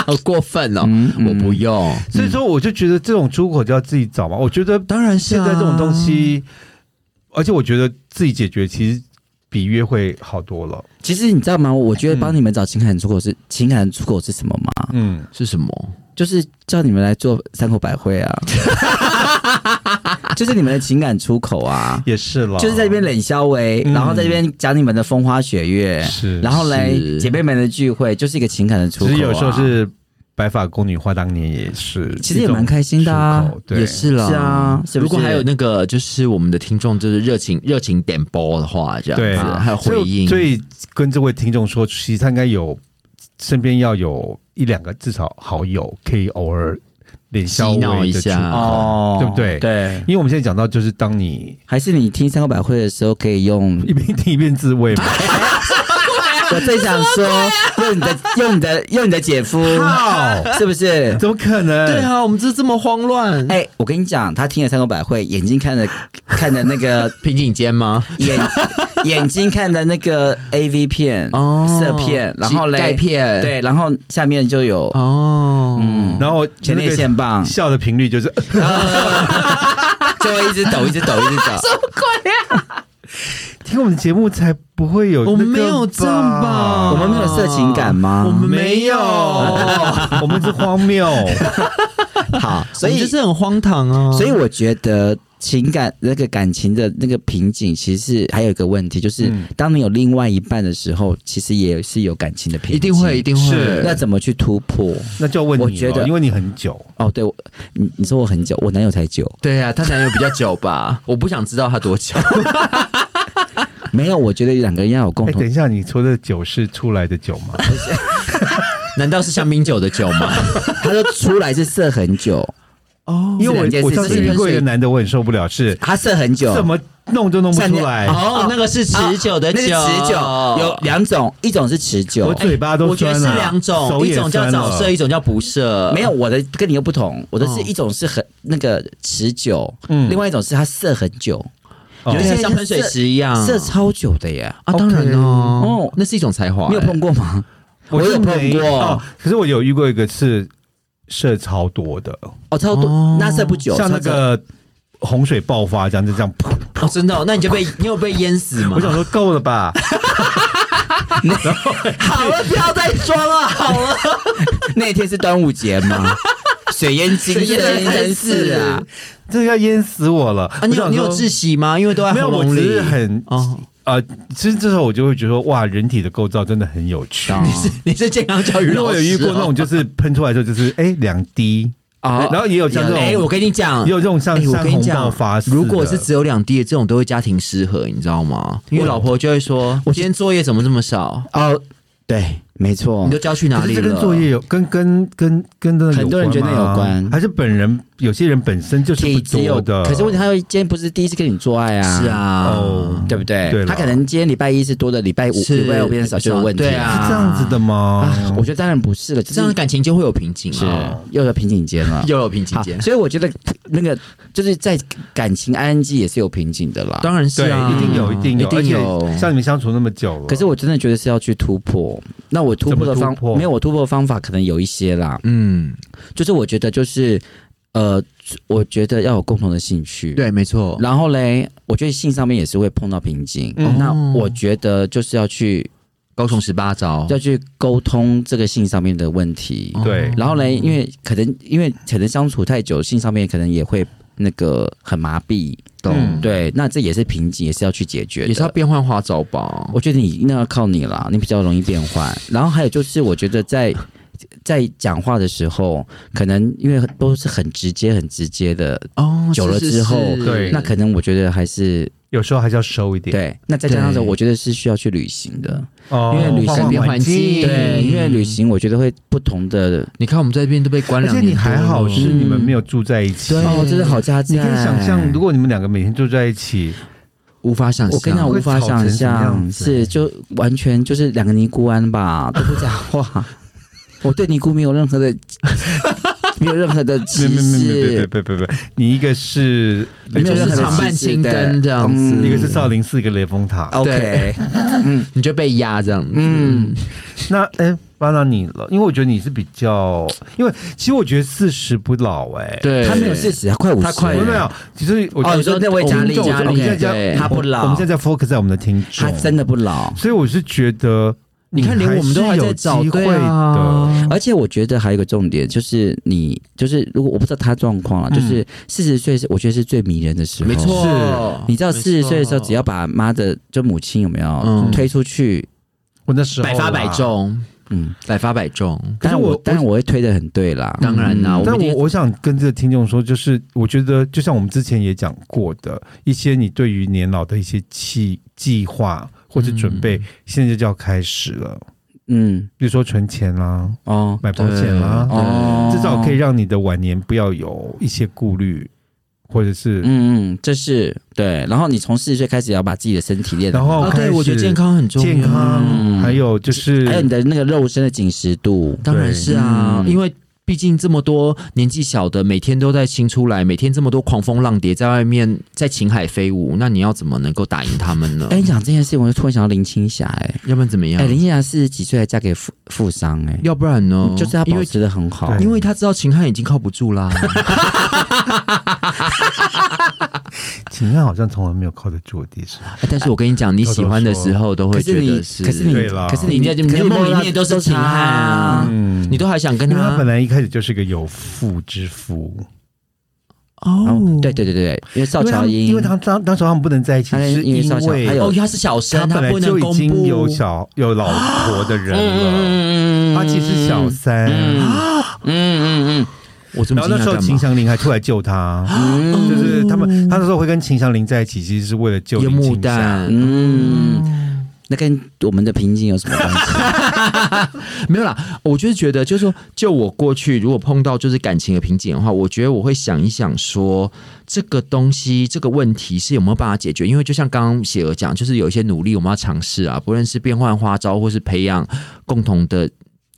S2: 好过分哦，我不用。
S1: 所以说，我就觉得这种出口就要自己找嘛。我觉得
S2: 当然是
S1: 现
S2: 啊
S1: 在这种东西，而且我觉得自己解决其实比约会好多了。
S3: 其实你知道吗？我觉得帮你们找情感出口是、 情感出口是什么吗？
S1: 嗯，
S2: 是什么？
S3: 就是叫你们来做三口百惠啊， 就是你们的情感出口 啊。
S1: 也是了，
S3: 就是在这边冷消维，
S1: 嗯
S3: 然后在这边讲你们的风花雪月，
S1: 是
S3: 然后来
S2: 是
S3: 姐妹们的聚会，就是一个情感的
S1: 其
S3: 出口、啊。
S1: 实有时候是白发宫女花，当年也是，
S3: 其实也蛮开心的啊
S1: 对，
S2: 也是啦，
S3: 是啊是不是
S2: 如果还有那个，就是我们的听众，就是热情热情点播的话，这样
S1: 对
S2: 子，还有
S1: 所
S2: 回
S1: 以
S2: 应，
S1: 所以跟这位听众说，其实他应该有身边要有一两个至少好友，可以偶尔脸消
S2: 洗脑
S1: 微
S2: 一
S1: 的出
S2: 下
S1: 口啊
S3: 哦
S1: 对不对
S3: 对，
S1: 因为我们现在讲到，就是当你
S3: 还是你听三口百惠的时候可以 用。
S1: 一边听一边自慰嘛，
S3: 我最想说，
S2: 啊
S3: 用你的，用你的，用你的姐夫，是不是？
S1: 哦怎么可能？
S2: 哦对啊，我们这这么慌乱，
S3: 哎、我跟你讲，他听了三口百惠，眼睛看着看着那 个
S2: 瓶颈间吗？
S3: 眼眼睛看着那个 A V 片、
S2: 哦
S3: 色片，然后嘞
S2: 钙片
S3: 对，然后下面就 有
S2: 哦，
S3: 嗯
S1: 然后
S3: 前列腺棒，
S1: 笑的频率就是，
S3: 就会一直抖，一直抖，一 直抖。
S1: 听我们节目才不会有那个，
S2: 我们没有这样吧
S3: 我们没有色情感吗？
S2: 我们没 有，
S1: 我们是荒 谬。
S3: 好，所
S2: 我们
S3: 以
S2: 就是很荒唐啊，
S3: 所以我觉得情感那个感情的那个瓶颈，其实还有一个问题，就是
S1: 嗯
S3: 当你有另外一半的时候，其实也是有感情的瓶颈，
S2: 一定会一定
S1: 是
S3: 要
S2: 会，
S3: 怎么去突破？
S1: 那就要问你了，
S3: 我觉得
S1: 因为你很久，
S3: 哦，对，我你你说我很久，我男友才久，
S2: 对啊，她男友比较久吧， 我不想知道他多久，
S3: 没有，我觉得两个人要有共
S1: 哎，
S3: 同
S1: 等一下，你说的酒是出来的酒吗？
S2: 难道是香槟酒的酒吗？
S3: 他说出来是射很久，
S2: 哦
S1: 因为
S3: 两件
S1: 我我
S3: 事情
S1: 上次遇过一个男的，我很受不了，是
S3: 他射很久，
S1: 怎么弄都弄不出来，
S2: 哦，那个是持久的
S3: 那
S2: 酒，
S3: 是持久，有两种，一种是持久哎
S1: 我，嘴巴都
S2: 哎我觉
S1: 酸
S2: 得
S1: 了。
S2: 是两种，
S1: 手
S2: 一
S1: 也
S2: 种叫
S1: 酸
S2: 早
S1: 了
S2: 射，一种叫不射。
S3: 没有，我的跟你又不同，我的
S2: 哦
S3: 是一种是很那个持久，
S1: 嗯
S3: 另外一种是它射很久，
S1: 哦
S2: 有一些像喷水池一样
S3: 射超久的耶。
S2: 啊，当然哦
S3: 哦，
S2: 那是一种才华。
S3: 你有碰过吗？
S1: 我
S3: 有
S1: 是
S3: 碰
S1: 没
S3: 过
S1: 哦，可是我有遇过一个是射超多的，
S3: 哦，超
S2: 哦
S3: 多，那射不久，
S1: 像那
S3: 射
S1: 个洪水爆发这样，就这样 噗。
S2: 哦，真的哦？那你就被你有被淹死吗
S1: 我？想说够了 吧，
S2: 好了，不要再装了，好了，
S3: 不久 那天是端午节吗？水淹金
S2: 水淹
S3: 山
S2: 金
S3: 真
S2: 山
S3: 是啊！
S1: 这个要淹死我了。
S2: 啊，你有
S1: 我想说
S2: 你有窒息吗？因为都在
S1: 没有？
S2: 喉
S1: 我
S2: 咙
S1: 只
S2: 里
S1: 是。很
S2: 哦，
S1: 呃，其实这时候我就会觉得说哇，人体的构造真的很有趣。
S3: 啊
S2: 是你是健康教育
S1: 因为
S2: 哦老
S1: 我
S2: 师哦
S1: 有遇过那种，就是喷出来之后就是哎两滴，
S3: 哦
S1: 然后也有像这种，
S2: 哎，我跟你讲，
S1: 也有这种像
S2: 哎我
S1: 山
S2: 跟你
S1: 洪
S2: 讲
S1: 爆发似的。
S2: 如果是只有两滴的这种，都会家庭
S1: 嗯
S2: 失和，你知道吗？因为老婆就会说：“我今天作业怎么这么少
S3: 哦，对，？”没错
S2: 你都，交去哪
S1: 可
S2: 里
S1: 是
S2: 了？
S1: 这跟作业有跟跟跟跟真的
S3: 很多人觉得有关
S1: 还是本人有些人本身就是
S3: 体
S1: 不
S3: 质
S1: 多
S3: 有，
S1: 的，
S3: 可是问题他今天不是第一次跟你做爱啊，
S2: 是，啊，
S1: 哦
S3: 对不对？
S1: 对啦
S3: 他可能今天礼拜一是多的，礼拜五
S2: 是
S3: 礼拜五变少就有问题
S2: 对
S1: 是
S2: 啊
S1: 这样子的吗？
S3: 啊我觉得当然不是了，就是
S2: 这样的感情就会有瓶颈
S3: 是
S2: 啊，
S3: 又有瓶颈间了。
S2: 又有瓶
S1: 啊
S2: 颈
S3: 好
S2: 间，
S3: 所以我觉得那个就是在感情 ing 也是有瓶颈的啦。
S2: 当然是
S1: 对，
S2: 啊，
S1: 一定有，一定有，
S3: 一定有
S1: 而且像你们相处那么久了，
S3: 可是我真的觉得是要去突破。那我突破的
S1: 怎么
S3: 方
S1: 突破
S3: 没有我突破的方法可能有一些啦，
S2: 嗯，
S3: 就是我觉得就是呃，我觉得要有共同的兴趣。。
S2: 对，没错，
S3: 然后嘞，我觉得性上面也是会碰到瓶颈。
S1: 嗯
S3: 那我觉得就是要去
S2: 高雄十八招，
S3: 要去沟通这个性上面的问题。
S2: 哦
S1: 对
S3: 然后嘞，因为可能因为可能相处太久，性上面可能也会那个很麻痹。
S1: 嗯
S3: 对，那这也是瓶颈，也是要去解决的。
S2: 也是要变换花招吧？
S3: 我觉得你那要靠你啦，你比较容易变坏。然后还有就是，我觉得在 在讲话的时候，可能因为都是很直接、很直接的，
S2: 哦
S3: 久了
S2: 是是
S3: 之后
S2: 是
S1: 对
S3: 那可能我觉得还是
S1: 有时候还是要收一点，
S3: 对。那再加上说，
S2: 对
S3: 我觉得是需要去旅行的，
S1: 哦
S3: 因为旅行
S1: 换
S2: 变
S1: 换
S2: 环境
S3: 对，因为旅行我觉得会不同的。
S2: 你看我们这边都被关
S1: 而
S2: 两
S1: 且
S2: 年多
S1: 你
S2: 了，嗯
S1: 还好是你们没有住在一起，
S2: 对
S3: 哦，这是好家在。
S1: 你可以想象，如果你们两个每天住在一起，
S2: 无法想象，
S3: 我跟你讲，无法
S1: 会吵成
S3: 想
S1: 什么
S3: 象，
S1: 样子
S3: 是就完全就是两个尼姑庵吧，都不讲话。 我对尼姑没有任何的， 没有任何的
S1: 没
S3: 歧
S1: 没没没
S3: 视
S1: 没，没没没，你一个是
S3: 没有
S2: 就
S3: 任
S2: 是
S3: 何的
S2: 常伴
S3: 歧视
S2: 青
S3: 对
S2: 灯这样子，
S1: 一个是少林寺，一个雷峰塔。
S3: 哦 OK，
S2: 你就被压这样子，
S3: 嗯，
S1: 那哎，巴拿你了，因为我觉得你是比较，因为其实我觉得四十不老哎，
S2: 对，
S3: 他没有四十，快五十，
S2: 他快
S1: 没有没有，其实我觉
S3: 哦，
S1: 得
S3: 你说那位
S1: 听
S3: 佳丽，
S1: 众，
S3: 佳
S1: 我们
S3: 丽
S1: 现在在
S3: 对他不老，
S1: 我们现在在 focus 在我们的听众
S3: 他，真的不老。
S1: 所以我是觉得
S2: 你看，连我们都还在找
S1: 还是有机会
S2: 对
S1: 的。
S2: 啊
S3: 而且我觉得还有一个重点就是你，就是如果我不知道他状况
S2: 嗯
S3: 了，就是四十岁是我觉得是最迷人的时候，
S2: 没错
S1: 是，
S3: 你知道四十岁的时候，只要
S2: 没错
S3: 把妈的就母亲有没有、
S2: 嗯
S3: 推出去，
S1: 我那时候
S2: 百发
S1: 啦
S2: 百，中，
S3: 嗯，
S2: 百发百中，
S1: 可是
S3: 但
S1: 我
S3: 我但我会推的很对啦，
S2: 当然啦
S3: 嗯
S2: 我
S1: 但
S2: 们一
S1: 我
S2: 定
S1: 我想跟这个听众说，就是我觉得，就像我们之前也讲过的，一些你对于年老的一些计计划或者准
S2: 嗯
S1: 备，现在就要开始了。
S3: 嗯
S1: 比如说存钱啦、
S3: 哦
S1: 买保险啦、
S2: 对
S3: 哦，
S1: 至少可以让你的晚年不要有一些顾虑，或者是、
S3: 嗯嗯，这是对。然后你从四十岁开始要把自己的哦身体练好，
S1: 然后
S2: 啊，
S1: 开
S2: 对，
S1: 始
S2: 我觉得健康很重要，
S1: 健康，
S3: 嗯
S1: 还有就是
S3: 还有你的那个肉身的紧实度，
S2: 当然是啊，
S3: 对嗯
S2: 因为。毕竟这么多年纪小的，每天都在新出来，每天这么多狂风浪蝶在外面在情海飞舞，那你要怎么能够打赢他们呢？
S3: 哎、你讲这件事，我就突然想到林青霞、哎、
S2: 要不然怎么样？
S3: 哎、林青霞四十几岁还嫁给富富商、哎、
S2: 要不然呢？
S3: 就是她
S2: 因
S3: 保
S2: 为
S3: 持的很好，
S1: 对
S2: 因为他知道秦汉已经靠不住 啦。
S1: 情感好像从来没有靠得住我的手。
S2: 哎但是我跟你讲，你喜欢的时候都会
S3: 可是
S2: 觉
S3: 你
S2: 得，是，
S3: 可是你，
S1: 对啦
S3: 可是你，
S2: 你的
S3: 可是
S2: 你的梦里
S3: 到
S2: 面都是
S3: 她
S2: 秦汉啊
S3: 啊
S1: 嗯
S2: 你都还想跟
S1: 因为他
S2: 他
S1: 本来一开始就是个有妇之夫，
S2: 哦，
S3: 对对对对，因为邵
S1: 因为他
S3: 乔
S1: 们
S3: 英，
S1: 因为他当当时他们不能在一起，
S3: 他
S1: 是
S3: 因为
S1: 因
S3: 少小还
S1: 为
S3: 有
S2: 哦，他是小生，
S1: 他本来
S2: 不
S1: 就
S2: 能
S1: 已
S2: 公
S1: 经
S3: 哎
S2: 布
S1: 有小有老婆的人了，
S3: 嗯
S1: 他其实小三。
S3: 嗯嗯嗯
S2: 我这
S1: 然
S2: 么
S1: 后那
S2: 惊讶
S1: 时候
S2: 干
S1: 秦
S2: 嘛？
S1: 祥林还出来救他，
S3: 嗯
S1: 就是他们，他那时候会跟秦祥林在一起，其实是为了救
S2: 烟
S1: 林
S2: 幕
S1: 青霞。
S2: 弹
S1: 哦
S3: 嗯，那跟我们的瓶颈有什么关 系？
S2: 没有啦，我就是觉得，就是说，就我过去如果碰到就是感情的瓶颈的话，我觉得我会想一想说，这个东西这个问题是有没有办法解决？因为就像刚刚雪儿讲，就是有一些努力我们要尝试啊，不论是变换花招，或是培养共同的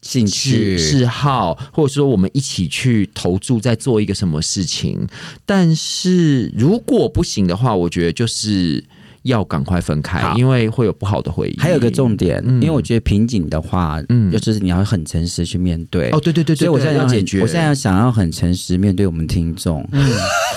S3: 兴
S2: 嗜
S3: 趣
S2: 嗜好，或者说我们一起去投注在做一个什么事情。但是如果不行的话，我觉得就是要赶快分开，
S3: 好
S2: 因为会有不好的回忆。
S3: 还有一个重点，
S2: 嗯
S3: 因为我觉得瓶颈的话，
S2: 嗯
S3: 嗯，就是你要很诚实去面对。
S2: 哦，对对对对，
S3: 所以我
S2: 对
S3: 现在
S2: 要
S3: 要
S2: 解
S3: 解
S2: 决，
S3: 决，我现在想要很诚实面对我们听众，
S1: 嗯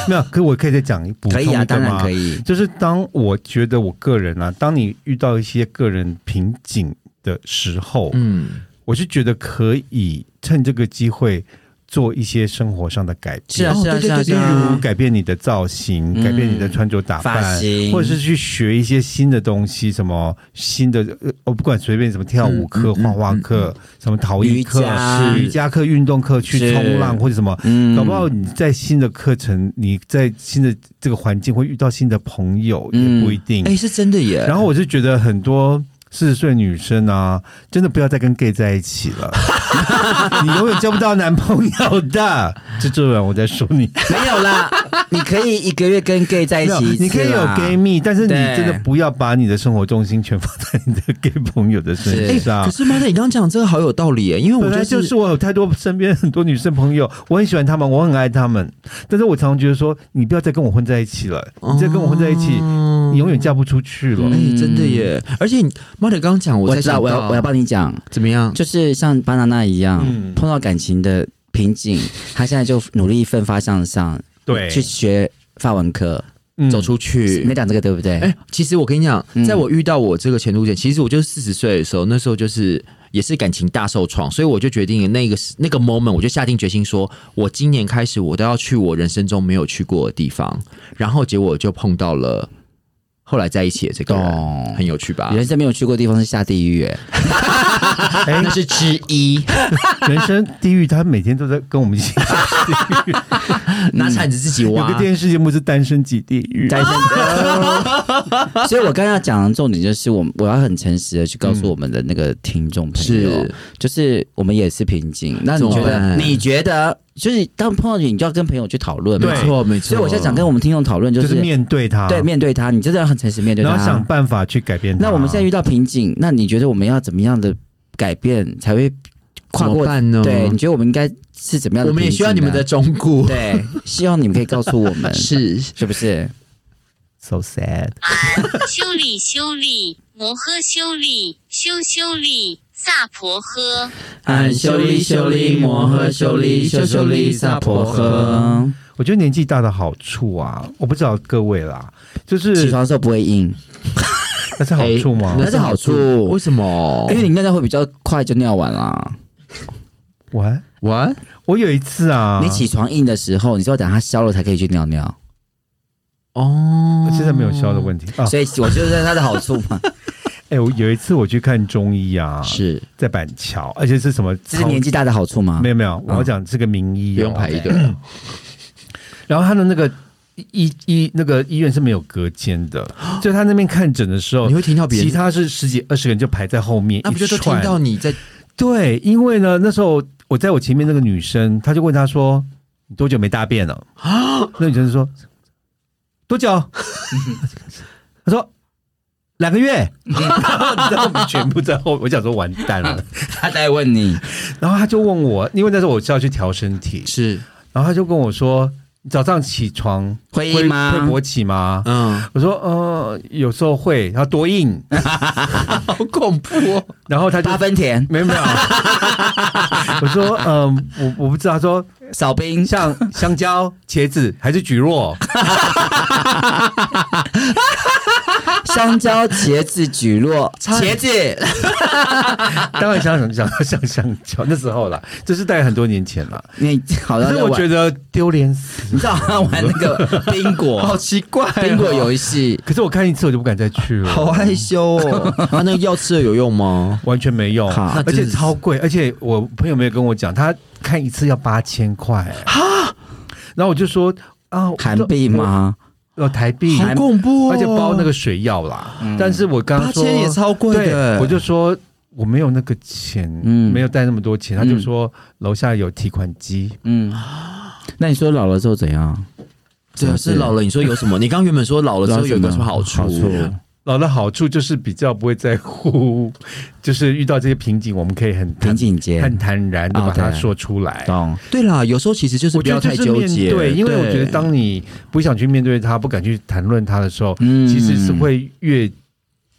S1: 没有，可我可以再讲一补
S3: 可
S1: 充一
S3: 以
S1: 个
S3: 啊，
S1: 吗？
S3: 当然可以。
S1: 就是当我觉得我个人啊，当你遇到一些个人瓶颈的时候，
S2: 嗯，
S1: 我是觉得可以趁这个机会做一些生活上的改变。
S3: 是啊，是啊，是啊，是
S1: 例如
S3: 啊。
S1: 改变你的造型，
S3: 嗯
S1: 改变你的穿着打扮
S3: 发，型
S1: 或者是去学一些新的东西，什么新的呃，我不管随便什么跳舞
S3: 嗯
S1: 课、画画课、什么陶艺课
S3: 瑜伽、是
S1: 瑜伽课、运动课，去
S3: 是
S1: 冲浪或者什么。
S3: 嗯
S1: 搞不好你在新的课程，你在新的这个环境会遇到新的朋友，
S3: 嗯
S1: 也不一定
S2: 哎、。是真的耶。
S1: 然后我就觉得很多四十岁女生啊，真的不要再跟 gay 在一起 了，你永远交不到男朋友 的。这这晚我在说你，
S3: 没有啦，你可以一个月跟 gay 在一
S1: 没有
S3: 起一次啦，啊
S1: 你可以有 gay 蜜，但是你
S3: 对
S1: 真的不要把你的生活重心全放在你的 gay 朋友的身
S2: 哎、
S1: 上
S2: 可。是妈的，你刚刚讲这个好有道理耶，因为我
S1: 啊本来
S2: 就
S1: 就是是我有太多身边很多女生朋友，我很喜欢她们，我很爱她们，但是我常常觉得说，你不要再跟我混在一起了，
S3: 哦
S1: 你再跟我混在一起，你永远嫁不出去了。
S3: 嗯
S2: 哎、真的耶！而且你妈的，刚刚讲我
S3: 我
S2: 才
S3: 知道，
S2: 想
S3: 我要
S2: 到
S3: 我要帮你讲，
S2: 怎么样？
S3: 就是像巴娜娜一样，
S1: 嗯
S3: 碰到感情的瓶颈，她现在就努力奋发向上，
S1: 对
S3: 去学法文课。
S1: 嗯
S2: 走出去
S3: 没。讲这个对不对？
S2: 哎、其实我跟你讲，
S3: 嗯
S2: 在我遇到我这个前途前，其实我就是四十岁的时候，那时候就是也是感情大受创，所以我就决定那个那个 moment，我就下定决心说，我今年开始我都要去我人生中没有去过的地方。然后结果就碰到了后来在一起的这个
S1: 啊
S2: 人，
S3: 懂
S2: 很有趣吧？
S3: 人生没有去过的地方是下地狱，哎
S1: 哎
S3: 那是之一。
S1: 人生地狱，他每天都在跟我们一起。
S2: 拿铲子自己
S1: 有
S2: 挖
S1: 个。电视节目是《单身即地狱》，
S3: 单
S1: 哦
S3: 身。所以我刚刚要讲的重点就是，我我要很诚实的去告诉我们的那个听众朋友，
S2: 是
S3: 就是我们也是瓶颈。那你觉
S2: 怎么
S3: 得？
S2: 办
S3: 你觉得就是当碰到你，你就要跟朋友去讨论嘛。
S1: 对
S2: 没错，没错。
S3: 所以我现在想跟我们听众讨论，就、
S1: 就是是面对
S2: 啊
S1: 他，
S3: 对面对他，你真的要很诚实面对
S1: 然后想
S3: 他。
S1: 办法去改变他。
S3: 那我们现在遇到瓶颈，那你觉得我们要怎么样的改变才会跨
S2: 怎么
S3: 过？
S2: 办呢？
S3: 对，你觉得我们应该是怎么样的瓶颈呢？啊
S2: 我们也需要你们的忠告。
S3: 对，希望你们可以告诉我们，
S2: 是
S3: 是不是？
S1: so sad，
S4: 修理修理，摩诃修理，修修理，萨婆诃。
S2: 俺嗯修利修利摩诃修利修修利萨婆诃。
S1: 我觉得年纪大的好处啊，我不知道各位啦，就是
S3: 起床的时候不会硬，哎
S1: 那是好
S2: 哎
S1: 处吗？
S3: 那是好处
S2: 为什么？
S3: 因为你尿尿会比较快就尿完啦。
S1: 我还
S2: 我
S1: 我有一次啊，
S3: 你起床硬的时候，你是要等它消了才可以去尿尿，
S2: 哦
S1: 我现在没有消的问题啊。
S2: 嗯
S3: 所以我觉得它的好处嘛，
S1: 哎、我有一次我去看中医啊，
S2: 是
S1: 在板桥，而且是什么？
S3: 这是年纪大的好处吗
S1: 没？有没有，我要讲是个名医、哦
S2: 嗯不用排一队。了。
S1: 然后他的那个医医那个医院是没有隔间 的，就他那边看诊的时候
S2: 你，会听到别
S1: 哦其
S2: 人，
S1: 他是十几二十个人就排在后面，
S2: 那不就
S1: 一
S2: 都听
S1: 串
S2: 到你在
S1: 对，因为呢，那时候我在我前面那个女生，她就问她说：“你多久没大便了？”那女生就说：“多久？” 她说：“两个月。”然后我们全部在后，我想说完蛋了。
S3: 他在问你，
S1: 然后她就问我，因为那时候我是要去调身体，
S2: 是
S1: 然后她就跟我说：“你早上起床
S3: 会
S1: 会
S3: 硬吗
S1: 会？勃起吗？”
S2: 嗯，
S1: 我说：“呃，有时候会。”然后多硬？
S2: 好恐怖哦！
S1: 然后她就
S3: 八分甜，
S1: 没有没有。 我说：“嗯、我我不知道。”她说。
S3: 少冰，
S1: 像香蕉、茄子还是蒟蒻？
S3: 香蕉、茄子、蒟 蒻、茄子，
S1: 当然想想想想香蕉，那时候啦，这是大概很多年前啦。
S3: 你好
S1: 可
S3: 像
S1: 是
S3: 在
S1: 我觉
S3: 玩，
S1: 得丢脸死。
S3: 你知道他玩那个冰 果，
S2: 奇怪哦，
S3: 冰果游戏，
S1: 可是我看一次我就不敢再去了，
S2: 好害羞 哦。他
S3: 啊
S2: 那个药吃了有用吗？
S1: 完全没用
S3: 好，
S1: 而且超贵，而且我朋友没有跟我讲，他看一次要八千块啊。然后我就说啊，
S3: 韩币？吗？
S1: 呃，台币，
S2: 好恐怖哦！
S1: 而且包那个水药啦。但是我刚
S2: 八
S1: 刚说
S2: 千也超贵的
S1: 对，，我就说我没有那个钱，
S3: 嗯
S1: 没有带那么多钱。他就
S3: 嗯
S1: 说楼下有提款机，
S3: 嗯，那你说老了之后怎样？
S2: 对啊，是老了。你说有什么？你刚原本说老了之后有一个什么好处？
S3: 好处
S1: 老的好处就是比较不会在乎，就是遇到这些瓶颈，我们可以很坦
S3: 瓶
S2: 嗯
S3: 颈节，
S1: 很坦然的
S2: 哦
S1: 把
S3: 啊
S1: 它
S3: 对
S1: 说出来。
S3: 懂？
S2: 对啦，有时候其实哦就是
S1: 我
S2: 不
S1: 觉
S2: 要
S1: 得
S2: 太
S1: 就是
S2: 纠
S1: 面
S2: 结，
S1: 对，因为我觉得
S2: 对
S1: 当你不想去面对它，不敢去谈论它的时候，
S3: 嗯
S1: 其实是会越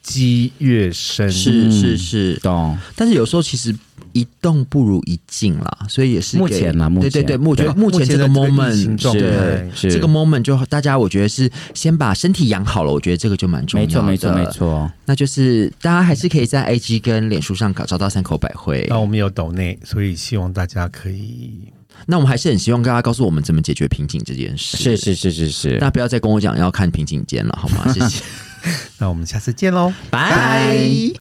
S1: 积越深。
S2: 是
S3: 嗯
S2: 是是，
S3: 懂？
S2: 但是有时候其实一动不如一静啦，所以也是
S3: 目
S2: 给
S3: 前啦目
S2: 对对
S3: 前
S2: 对，我觉得目前这
S1: 的
S2: 个
S1: 疫
S2: moment
S1: 情状态
S2: 对
S3: 是
S2: 这个 moment 就大家我觉得是先把身体养好了，我觉得这个就蛮重要
S3: 没
S2: 的，
S3: 错，没错，没，错。
S2: 那就是大家还是可以在 IG 跟脸书上搞找到三口百惠。
S3: 哦
S1: 那我们有抖内，所以希望大家可以
S2: 那我们还是很希望大家告诉我们怎么解决瓶颈这件事，
S3: 是是是是是
S2: 大。家不要再跟我讲要看瓶颈间了，好吗？谢谢，
S1: 那我们下次见喽。
S2: 拜。